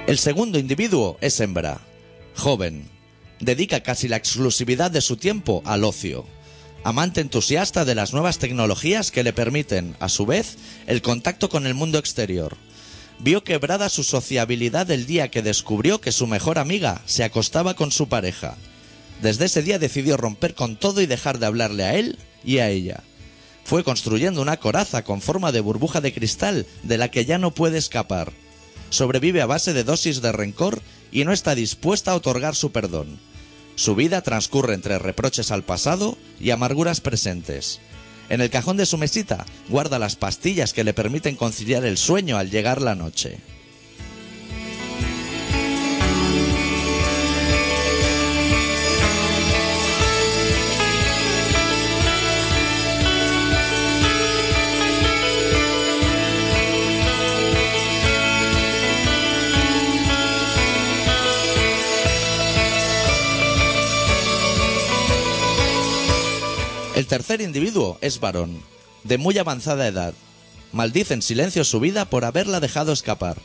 El segundo individuo es hembra, joven. Dedica casi la exclusividad de su tiempo al ocio. Amante entusiasta de las nuevas tecnologías que le permiten, a su vez, el contacto con el mundo exterior. Vio quebrada su sociabilidad el día que descubrió que su mejor amiga se acostaba con su pareja. Desde ese día decidió romper con todo y dejar de hablarle a él y a ella. Fue construyendo una coraza con forma de burbuja de cristal de la que ya no puede escapar sobrevive a base de dosis de rencor y no está dispuesta a otorgar su perdón. Su vida transcurre entre reproches al pasado y amarguras presentes. En el cajón de su mesita guarda las pastillas que le permiten conciliar el sueño al llegar la noche. El tercer individuo es varón, de muy avanzada edad. Maldice en silencio su vida por haberla dejado escapar.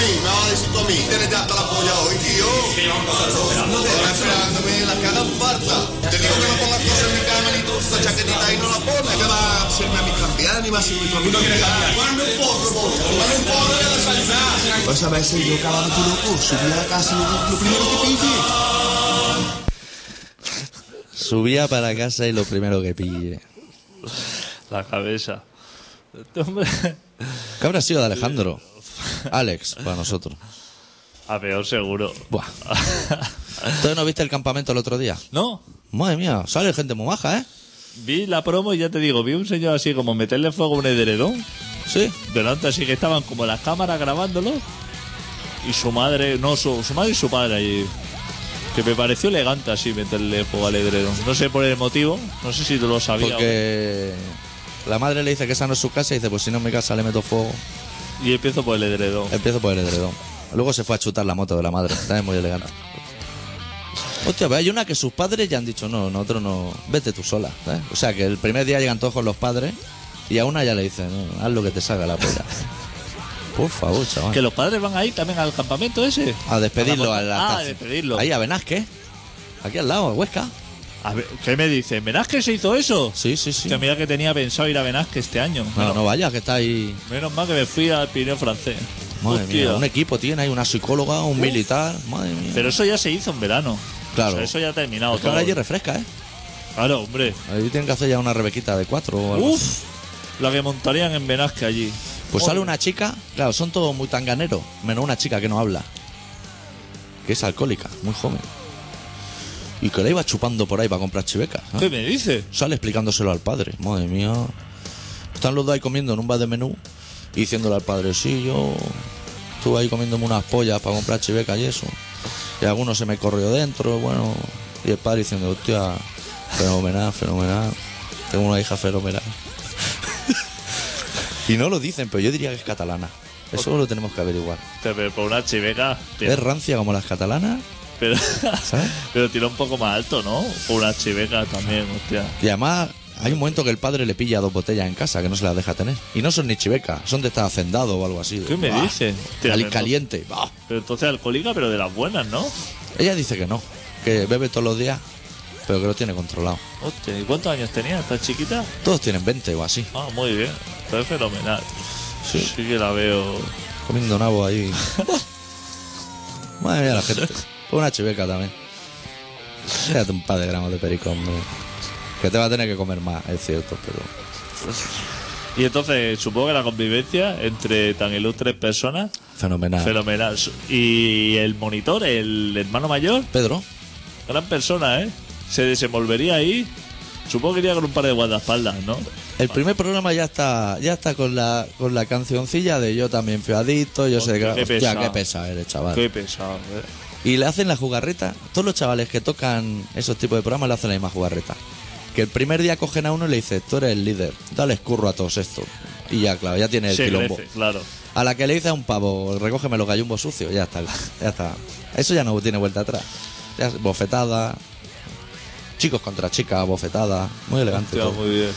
mí? Me va a decir tú a mí. Tienes ya hasta la polla hoy, tío. Esperándote. Esperándome la cara farta. Te digo que no pongas cosas en mi cámara y toda esa chaquetita ahí no la pones. ¿Qué va a hacerme a mí cambiar ni va a servir tú a mí? No quieres cambiar. Ponme un porro, porro. Ponme un porro y a desayunar. Pues a veces yo cada vez que loco subí a la casa lo, lo primero que pillé. Subía para casa y lo primero que pille. La cabeza. Este hombre. ¿Qué habrá sido de Alejandro? Alex, para nosotros. A peor seguro. Buah. ¿Tú no viste el campamento el otro día? No, Madre mía, sale gente muy maja, ¿eh? vi la promo y ya te digo, vi un señor así como meterle fuego a un edredón. Sí. Delante así que estaban como las cámaras grabándolo. Y su madre, no, su, su madre y su padre allí. Que me pareció elegante así meterle fuego al edredón. No sé por el motivo, no sé si tú lo sabías. Porque la madre le dice que esa no es su casa y dice, pues si no es mi casa le meto fuego. Y empiezo por el edredón. Empiezo por el edredón. Luego se fue a chutar la moto de la madre. También muy elegante. Hostia, pero hay una que sus padres ya han dicho, no, nosotros no, vete tú sola. ¿sabes? O sea, que el primer día llegan todos con los padres y a una ya le dicen, "No, haz lo que te salga la polla. Por favor, chaval. Que los padres van ahí también al campamento ese. A despedirlo Ah, a la a estación. despedirlo. Ahí a Benasque. Aquí al lado, a Huesca. A ver, ¿Qué me dices? ¿Benasque se hizo eso? Sí, sí, sí. Hostia, mira que tenía pensado ir a Benasque este año. No, no vayas, que está ahí. Menos mal que me fui al Pirineo francés. Madre Hostia. mía, un equipo tiene, hay una psicóloga, un militar. Madre mía. Pero eso ya se hizo en verano. Claro. O sea, eso ya ha terminado Es que todo. ahora allí refresca, ¿eh? Claro, hombre. Ahí tienen que hacer ya una rebequita de cuatro o algo así. Uf, la que montarían en Benasque allí. Pues sale Joder. una chica, claro, son todos muy tanganeros, menos una chica que no habla, que es alcohólica, muy joven. Y que la iba chupando por ahí para comprar chivecas. ¿eh? ¿Qué me dices? Sale explicándoselo al padre, madre mía. Están los dos ahí comiendo en un bar de menú y diciéndole al padre, sí, yo estuve ahí comiéndome unas pollas para comprar chiveca y eso. Y alguno se me corrió dentro, bueno. Y el padre diciendo, hostia, fenomenal, fenomenal. Tengo una hija fenomenal. y no lo dicen, pero yo diría que es catalana. Eso lo tenemos que averiguar. Te- Pero por una chiveca. te- Es rancia como las catalanas. Pero, ¿Sabes? pero tira un poco más alto, ¿no? Por una chiveca también, hostia. Y además hay un momento que el padre le pilla dos botellas en casa que no se las deja tener. Y no son ni chiveca, son de estar hacendado o algo así. ¿Qué me Bah, dices? Hostia, cali- pero- caliente. bah. Pero entonces alcohólica, pero de las buenas, ¿no? Ella dice que no, que bebe todos los días, pero que lo tiene controlado. Hostia, ¿y cuántos años tenía esta chiquita? Todos tienen 20 o así, Ah, muy bien. Entonces fenomenal. Sí. que la veo. comiendo nabo ahí. Madre mía, la gente. Con una chiveca también. Fíjate un par de gramos de pericón, hombre. Que te va a tener que comer más, es cierto, pero. Y entonces supongo que la convivencia entre tan ilustres personas, Fenomenal. fenomenal. Y el monitor, el hermano mayor, Pedro, gran persona, ¿eh? Se desenvolvería ahí. Supongo que iría con un par de guardaespaldas, ¿no? El primer programa ya está, ya está con la con la cancioncilla de yo también fui adicto, yo sé que. Hostia, qué Hostia, pesado. qué pesado eres, chaval. Qué pesado, ¿eh? Y le hacen la jugarreta. Todos los chavales que tocan esos tipos de programas le hacen la misma jugarreta. Que el primer día cogen a uno y le dice, tú eres el líder, dale escurro a todos esto. Y ya, claro, ya tiene el Se quilombo. crece, claro. A la que le dice a un pavo, recógeme los gallumbos sucios, ya está, ya está. Eso ya no tiene vuelta atrás. Ya, es bofetada, chicos contra chicas, bofetada, muy elegante. Hostia, pues. todo. muy bien.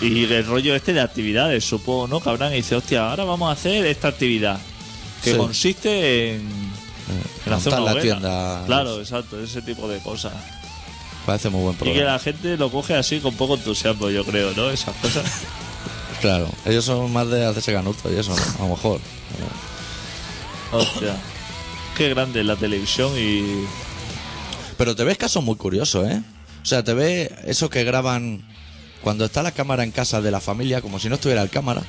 Y el rollo este de actividades, supongo, ¿no? Que habrán y dice, hostia, ahora vamos a hacer esta actividad. Que Sí. consiste en En Montar hacer una la hoguera. tienda. Claro, exacto, ese tipo de cosas. Parece muy buen Y que programa. la gente lo coge así con poco entusiasmo, yo creo, ¿no? Esas cosas. Claro, ellos son más de hacerse ganuto y eso, a lo mejor. Hostia. Qué grande la televisión y. Pero te ves casos muy curiosos, ¿eh? O sea, te ves esos que graban cuando está la cámara en casa de la familia, como si no estuviera el cámara.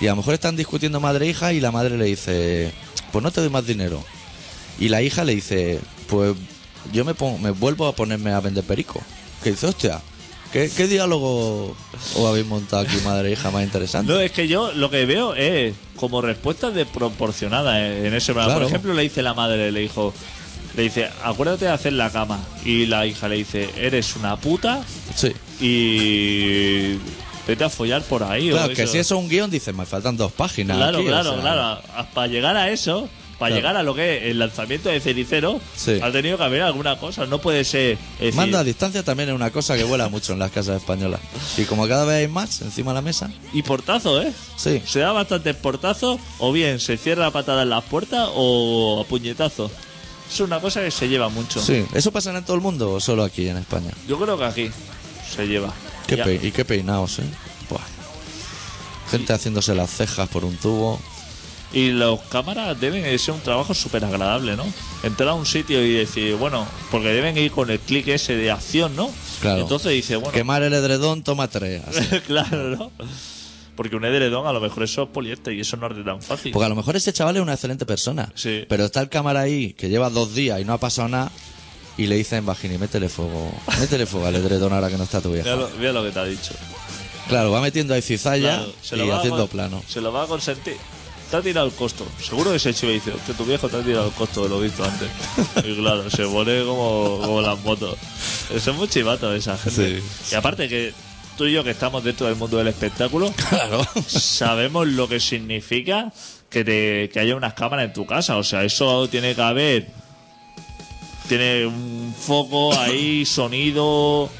Y a lo mejor están discutiendo madre e hija y la madre le dice, pues no te doy más dinero. Y la hija le dice, pues yo me, pon- me vuelvo a ponerme a vender perico. Que dice, hostia, ¿qué, qué diálogo os habéis montado aquí, madre e hija, más interesante? No, es que yo lo que veo es como respuestas desproporcionadas en ese programa. Claro. Por ejemplo, le dice la madre, le dijo, le dice, acuérdate de hacer la cama. Y la hija le dice, eres una puta Sí. y vete a follar por ahí. o Claro, que eso. si eso es un guión, dices, me faltan dos páginas. Claro, aquí", o claro, sea, claro. Para llegar a eso, para Claro. llegar a lo que es el lanzamiento de Cenicero, Sí. ha tenido que haber alguna cosa. No puede ser. es decir, Manda a distancia también es una cosa que vuela mucho en las casas españolas. Y como cada vez hay más encima de la mesa, y portazo, ¿eh? Sí. Se da bastantes portazos, o bien se cierra a patadas las puertas o a puñetazos. Es una cosa que se lleva mucho. sí. ¿Eso pasa en todo el mundo o solo aquí en España? Yo creo que aquí se lleva. Qué Ya. pe- y qué peinados, ¿eh? Buah. Gente haciéndose las cejas por un tubo. Y los cámaras deben de ser un trabajo súper agradable, ¿no? Entrar a un sitio y decir, bueno, porque deben ir con el clic ese de acción, ¿no? Claro. Entonces dice, bueno, Quemar el edredón, toma tres. así. claro, ¿no? Porque un edredón a lo mejor eso es poliéster y eso no es tan fácil. Porque a lo mejor ese chaval es una excelente persona. Sí. Pero está el cámara ahí que lleva dos días y no ha pasado nada. Y le dicen, Bajini, métele fuego. Métele fuego al edredón ahora que no está tu Mira vieja. lo, mira lo que te ha dicho. Claro, va metiendo ahí cizalla Claro, y va a haciendo con- plano. Se lo va a consentir. Te ha tirado el costo. Seguro que se chivo y dice, que tu viejo te ha tirado el costo de lo visto antes. y claro, se pone como, como las motos. Son muy chivatos esa gente. Y aparte que tú y yo que estamos dentro del mundo del espectáculo, Claro. sabemos lo que significa que, te, que haya unas cámaras en tu casa. O sea, eso tiene que haber. Tiene un foco ahí, sonido.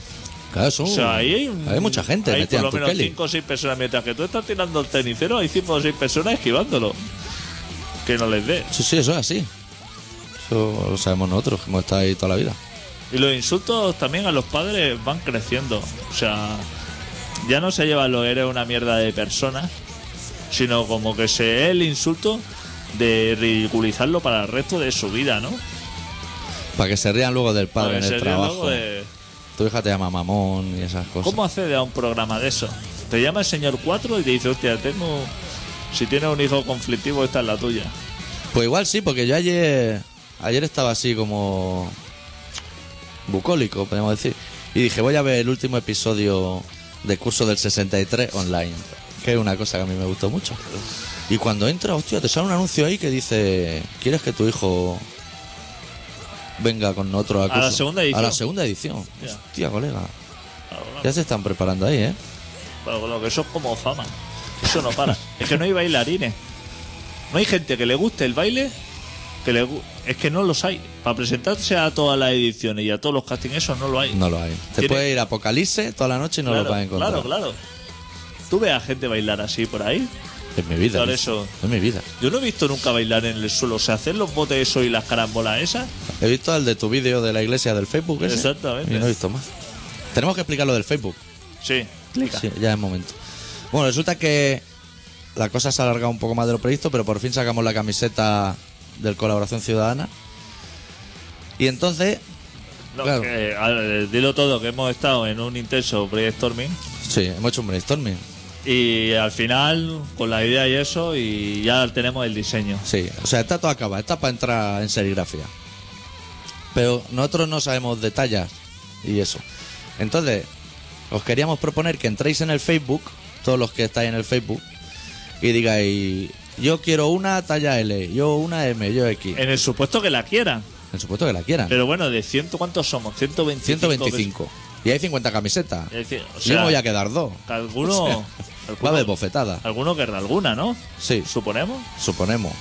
Claro, eso- O sea, ahí hay, un- Uh. hay mucha gente Hay metida por en lo tu menos Kelly. 5 o 6 personas. Mientras que tú estás tirando el cenicero, hay 5 o 6 personas esquivándolo. Que no les dé. Sí, sí, eso es así. Eso lo sabemos nosotros, que hemos estado ahí toda la vida. Y los insultos también a los padres van creciendo. O sea, ya no se lleva lo eres una mierda de persona, sino como que se es el insulto de ridiculizarlo para el resto de su vida, ¿no? Para que se rían luego del padre Porque en el sería trabajo. Pues algo de- Tu hija te llama mamón y esas cosas. ¿Cómo accede a un programa de eso? Te llama el señor 4 y te dice, hostia, tengo... Si tienes un hijo conflictivo, esta es la tuya. Pues igual sí, porque yo ayer ayer estaba así como bucólico, podemos decir. Y dije, voy a ver el último episodio de curso del 63 online, que es una cosa que a mí me gustó mucho. Y cuando entra, hostia, te sale un anuncio ahí que dice, ¿quieres que tu hijo venga con otro a la curso? segunda edición. A la segunda edición. Ya. Hostia, colega. Claro, Ya se están preparando ahí, ¿eh? claro, claro, que eso es como fama. Eso no para. es que no hay bailarines. No hay gente que le guste el baile. Que le gu- es que no los hay. Para presentarse a todas las ediciones y a todos los castings, eso no lo hay. No lo hay. Te Tiene- puede ir a Apocalipse toda la noche y no claro, lo vas a encontrar. Claro, claro. ¿Tú ves a gente bailar así por ahí? En mi vida. Por dice. eso. En mi vida. Yo no he visto nunca bailar en el suelo. O sea, hacer los botes esos y las carambolas esas. He visto el de tu vídeo de la iglesia del Facebook. ese, Exactamente. Y no he visto más. Tenemos que explicar lo del Facebook. Sí. Clica. Sí, ya es momento. Bueno, resulta que la cosa se ha alargado un poco más de lo previsto, pero por fin sacamos la camiseta del Colaboración Ciudadana. Y entonces, No, Claro. que, a ver, dilo todo, que hemos estado en un intenso brainstorming. sí, hemos hecho un brainstorming. Y al final, con la idea y eso, y ya tenemos el diseño. Sí, o sea, está todo acabado, está para entrar en serigrafía. Pero nosotros no sabemos detalles y eso. Entonces, os queríamos proponer que entréis en el Facebook, todos los que estáis en el Facebook, y digáis, yo quiero una talla L, yo una M, yo X. En el supuesto que la quieran. Por supuesto que la quieran. Eh, Pero bueno, ¿de ciento cuántos somos? 125. 125. Y hay 50 camisetas. Es decir, o yo sea, me voy a quedar dos. que alguno- O sea, va alguno- a haber bofetada, Alguno querrá alguna, ¿no? Sí. Suponemos. suponemos.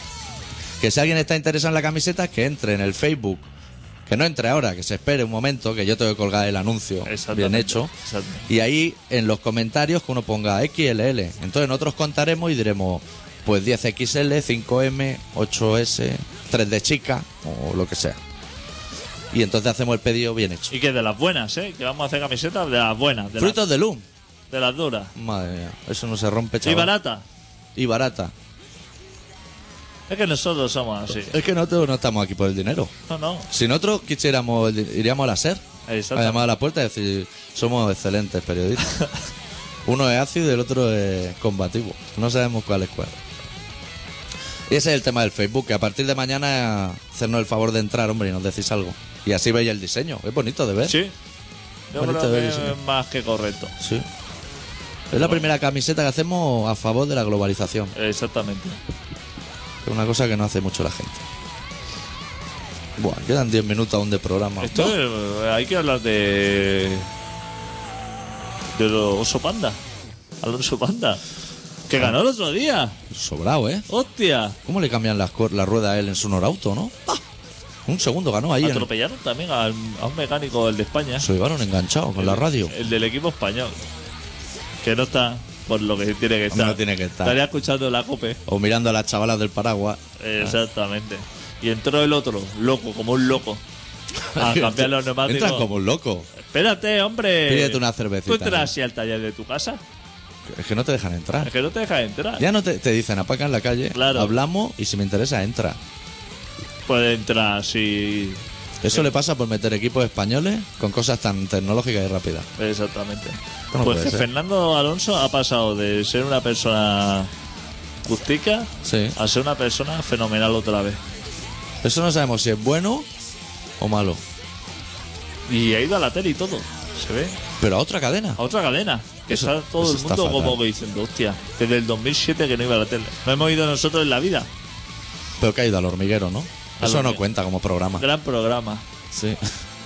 Que si alguien está interesado en la camiseta, que entre en el Facebook. Que no entre ahora, que se espere un momento, que yo tengo que colgar el anuncio bien Exactamente, hecho. exactamente. Y ahí en los comentarios que uno ponga XLL. Entonces nosotros contaremos y diremos, pues 10XL, 5M, 8S, 3 de chica o lo que sea. Y entonces hacemos el pedido bien hecho. Y que de las buenas, ¿eh? Que vamos a hacer camisetas de las buenas, de, las- Frutos de Loom. de las duras. Madre mía, eso no se rompe, Y chaval. barata. Y barata. Es que nosotros somos así. Es que nosotros no estamos aquí por el dinero. No, no. Si nosotros quisiéramos, iríamos a la SER, Exacto. a llamar a la puerta y decir, somos excelentes periodistas. Uno es ácido y el otro es combativo. No sabemos cuál es cuál. Y ese es el tema del Facebook, que a partir de mañana hacernos el favor de entrar, hombre, y nos decís algo. Y así veis el diseño. Es bonito de ver. Sí. Yo ¿Eh? Bonito creo ver que eso. es más que correcto. Sí. Es la primera camiseta que hacemos a favor de la globalización. Exactamente. Es una cosa que no hace mucho la gente. Bueno, quedan 10 minutos aún de programa. Esto eh, hay que hablar de. de los oso panda. Alonso Panda. Que ganó el otro día. Sobrado, ¿eh? ¡Hostia! ¿Cómo le cambian las, cor- la rueda a él en su Norauto, no? ¡Pah! Un segundo ganó ¿Ah, ahí. en- Atropellaron también al- a un mecánico, el de España. Se lo llevaron enganchado con la radio. El del equipo español. Que no está por lo que tiene Hombre, que estar. no tiene que estar. Estaría escuchando la cope. O mirando a las chavalas del paraguas. Exactamente. Y entró el otro, loco, como un loco. A cambiar los neumáticos. Entran como un loco. Espérate, hombre. Pídete una cervecita, ¿Tú entras ¿no? así al taller de tu casa? Es que no te dejan Es entrar. que no te dejas entrar. Ya no te, te dicen, apaca en la calle, Claro. hablamos y si me interesa, entra. Puedes entrar así. Eso le pasa por meter equipos españoles con cosas tan tecnológicas y rápidas. Exactamente. no pues puede que ser. Fernando Alonso ha pasado de ser una persona justica Sí. a ser una persona fenomenal otra vez. Eso no sabemos si es bueno o malo. Y ha ido a la tele y todo. Se ve. Pero a otra cadena. A otra cadena. Que Eso- está todo eso el está mundo como fatal. que diciendo, hostia, desde el 2007 que no iba a la tele. No hemos ido nosotros en la vida. Pero que ha ido al hormiguero, ¿no? Al Eso no hormiguero. cuenta como programa. Gran programa. Sí.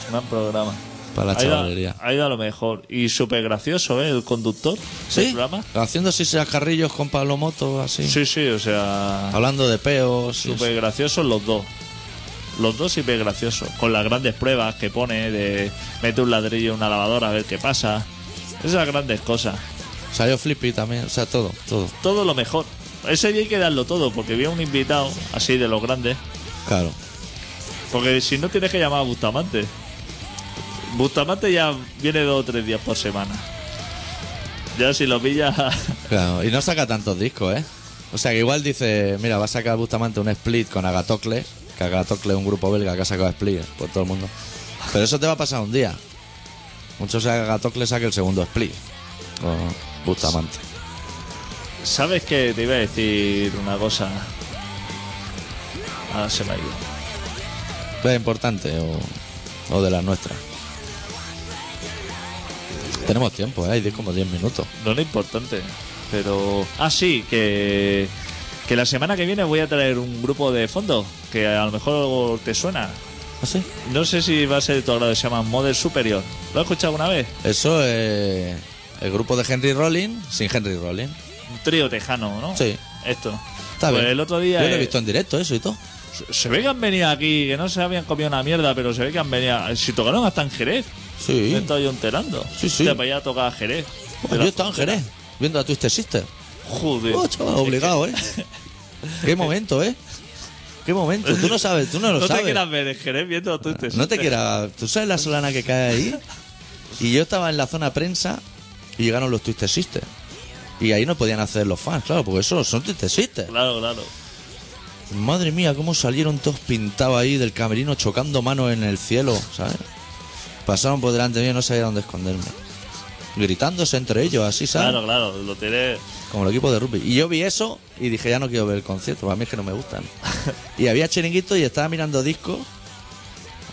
Gran programa. Para la Ha ido a- chavalería. Ha ido a lo mejor. Y súper gracioso, ¿eh? El conductor del ¿Sí? programa. Haciendo así carrillos con Pablo Moto, así. Sí, sí, o sea. Hablando de peos. y Súper eso. graciosos los dos. Los dos súper graciosos. Con las grandes pruebas que pone de mete un ladrillo en una lavadora a ver qué pasa. Esas grandes cosas. Salió Flippy también. O sea, todo, todo. Todo lo mejor. Ese día hay que darlo todo, porque había un invitado así de los grandes. Claro. Porque si no tienes que llamar a Bustamante. Bustamante ya viene dos o tres días por semana. Ya si lo pillas. Claro, y no saca tantos discos, ¿eh? O sea, que igual dice, mira, va a sacar Bustamante un split con Agatocle, que Agatocle es un grupo belga que ha sacado split por todo el mundo. Pero eso te va a pasar un día. Mucho sea que Agatocle saque el segundo split. O Bustamante. ¿Sabes qué? Te iba a decir una cosa. Ah, se me ha ido. ¿Es importante o, o de las nuestras? Tenemos tiempo, ¿eh? Hay de como 10 minutos. No lo importante, pero... Ah, sí, que, que la semana que viene voy a traer un grupo de fondo, que a lo mejor te suena. ¿Ah, sí? No sé si va a ser de tu agrado, se llama Model Superior. ¿Lo has escuchado alguna vez? Eso es el grupo de Henry Rollins sin Henry Rollins. Un trío tejano, ¿no? Sí. Esto. Está pues bien. el otro día... Yo lo he eh, visto en directo, eso y todo. se- Se ve que han venido aquí, que no se habían comido una mierda, pero se ve que han venido... Si tocaron hasta en Jerez. Sí. Me estoy enterando. Sí, sí. Te vaya a tocar a Jerez. De Yo la- estaba en Jerez, viendo a Twisted Sister. Joder. Oh, chaval, obligado, ¿eh? Qué momento, ¿eh? Qué momento. Tú no sabes, tú no lo No te sabes. quieras ver en Jerez viendo tú este- No te quieras. Tú sabes la solana que cae ahí. Y yo estaba en la zona prensa y llegaron los Twisted Sister. Y ahí no podían hacer los fans, claro, porque eso son Twisted Sister. Claro, claro. Madre mía, cómo salieron todos pintados ahí del camerino chocando manos en el cielo, ¿sabes? Pasaron por delante mío y no sabía dónde esconderme. Gritándose entre ellos, así, ¿sabes? Claro, claro, lo tiene. Como el equipo de rugby. Y yo vi eso y dije, ya no quiero ver el concierto, a mí es que no me gustan. y había chiringuito y estaba mirando discos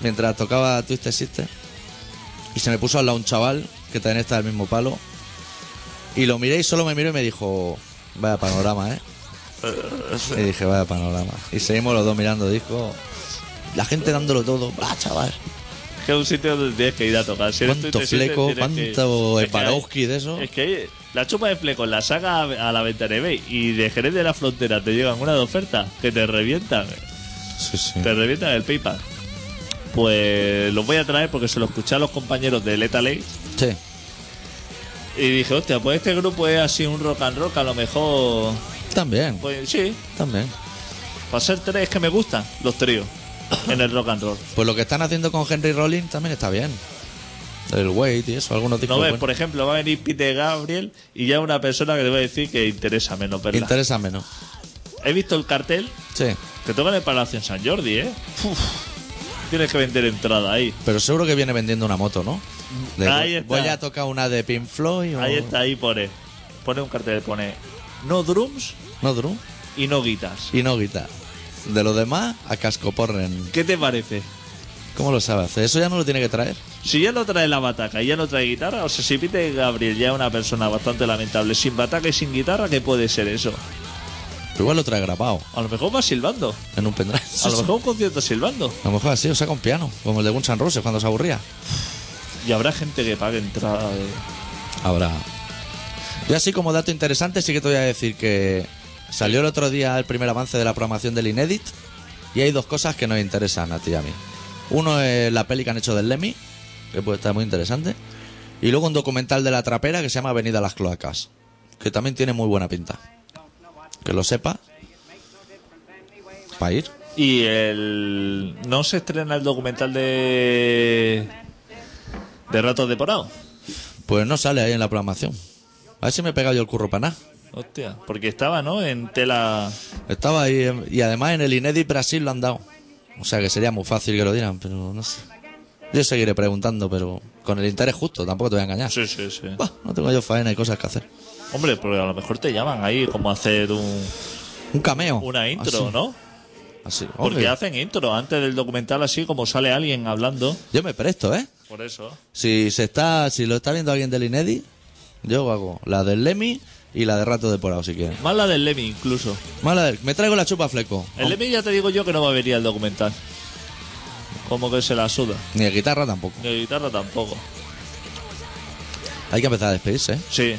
mientras tocaba Twisted Sister. Y se me puso al lado un chaval que también está del mismo palo. Y lo miré y solo me miró y me dijo, vaya panorama, ¿eh? y dije, vaya panorama. Y seguimos los dos mirando discos. La gente dándolo todo. ¡Ah, chaval! Es que es un sitio donde tienes que ir a tocar. Si eres ¿Cuánto tú y te sientes, fleco, tienes que ir. cuánto Es que hay- Swarovski de eso? Es que hay- la chupa de fleco la saca a, a la ventana de Bay y de Jerez de la Frontera te llegan una de ofertas que te revientan. Sí, sí. Te revientan el PayPal. Pues los voy a traer porque se lo escuché a los compañeros de Leta Ley Sí. y dije, hostia, pues este grupo es así un rock and roll que a lo mejor También, Pues sí, también. para ser tres es que me gustan los tríos en el rock and roll. Pues lo que están haciendo con Henry Rollins también está bien. El Wait y eso, algunos discos. No ves, buenos. por ejemplo, va a venir Pete Gabriel y ya una persona que te va a decir que interesa menos verla. Interesa menos. He visto el cartel Sí. que toca en el Palacio en San Jordi, ¿eh? Uf. Tienes que vender entrada ahí. Pero seguro que viene vendiendo una moto, ¿no? De- Ahí está. Voy a tocar una de Pink Floyd o... Ahí está, ahí pone. Pone un cartel, pone no drums No drum y no guitas. y no guitar. De lo demás, a cascoporren. ¿Qué te parece? ¿Cómo lo sabe hacer? Eso ya no lo tiene que traer. Si ya no trae la bataca y ya no trae guitarra, o sea, si Pete Gabriel ya es una persona bastante lamentable, sin bataca y sin guitarra, ¿qué puede ser eso? Pero igual lo trae grabado A lo mejor va silbando. en un pendrive. A lo mejor un concierto silbando. A lo mejor así, o sea, con piano. Como el de Guns N' Roses cuando se aburría. Y habrá gente que pague entrada de... Habrá. Yo así como dato interesante sí que te voy a decir que salió el otro día el primer avance de la programación del Inedit y hay dos cosas que nos interesan a ti y a mí. Uno es la peli que han hecho del Lemmy, que puede estar muy interesante, y luego un documental de la trapera que se llama Avenida a las Cloacas, que también tiene muy buena pinta. Que lo sepa. Para ir. Y el... No se estrena el documental de... De Ratos de Porao. Pues no sale ahí en la programación. A ver si me he pegado yo el curro para nada. Hostia. Porque estaba, ¿no? En tela... Estaba ahí em, y además en el Inedit Brasil lo han dado. O sea que sería muy fácil que lo dieran, pero no sé. Yo seguiré preguntando, pero con el interés justo, tampoco te voy a engañar. Sí, sí, sí. Bah, no tengo yo faena y cosas que hacer. Hombre, porque a lo mejor te llaman ahí como a hacer un... Un cameo. una intro, Así, ¿no? Así. Porque Hombre, hacen intro antes del documental así como sale alguien hablando. Yo me presto, ¿eh? Por eso. Si se está, si lo está viendo alguien del Inedi, yo hago la del Lemmy y la de Rato de Porao si quieren. Más la del Lemmy incluso. Más la del- me traigo la chupa fleco. El Lemmy ya te digo yo que no va a venir al documental. Como que se la suda. Ni de guitarra tampoco. Ni de guitarra tampoco. Hay que empezar a despedirse, ¿eh? Sí.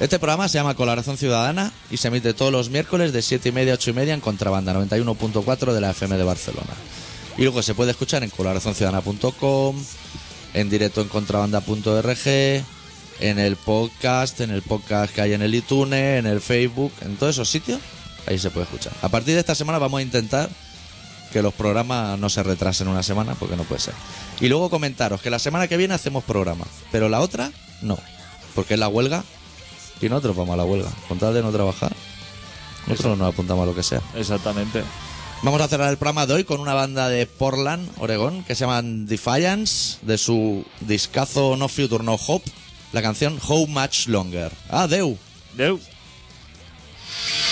Este programa se llama Colaboración Ciudadana y se emite todos los miércoles de 7 y media a 8 y media en Contrabanda 91.4 de la FM de Barcelona. Y luego se puede escuchar en colaboracionciudadana.com, en directo en contrabanda.org, en el podcast, en el podcast que hay en el iTunes, en el Facebook, en todos esos sitios, ahí se puede escuchar. A partir de esta semana vamos a intentar que los programas no se retrasen una semana porque no puede ser. Y luego comentaros que la semana que viene hacemos programa, pero la otra no, porque es la huelga y nosotros vamos a la huelga. Con tal de no trabajar, nosotros nos apuntamos a lo que sea. Exactamente. Vamos a cerrar el programa de hoy con una banda de Portland, Oregón, que se llaman Defiance, de su discazo No Future No Hope, la canción How Much Longer. Adeu. Deu. Thank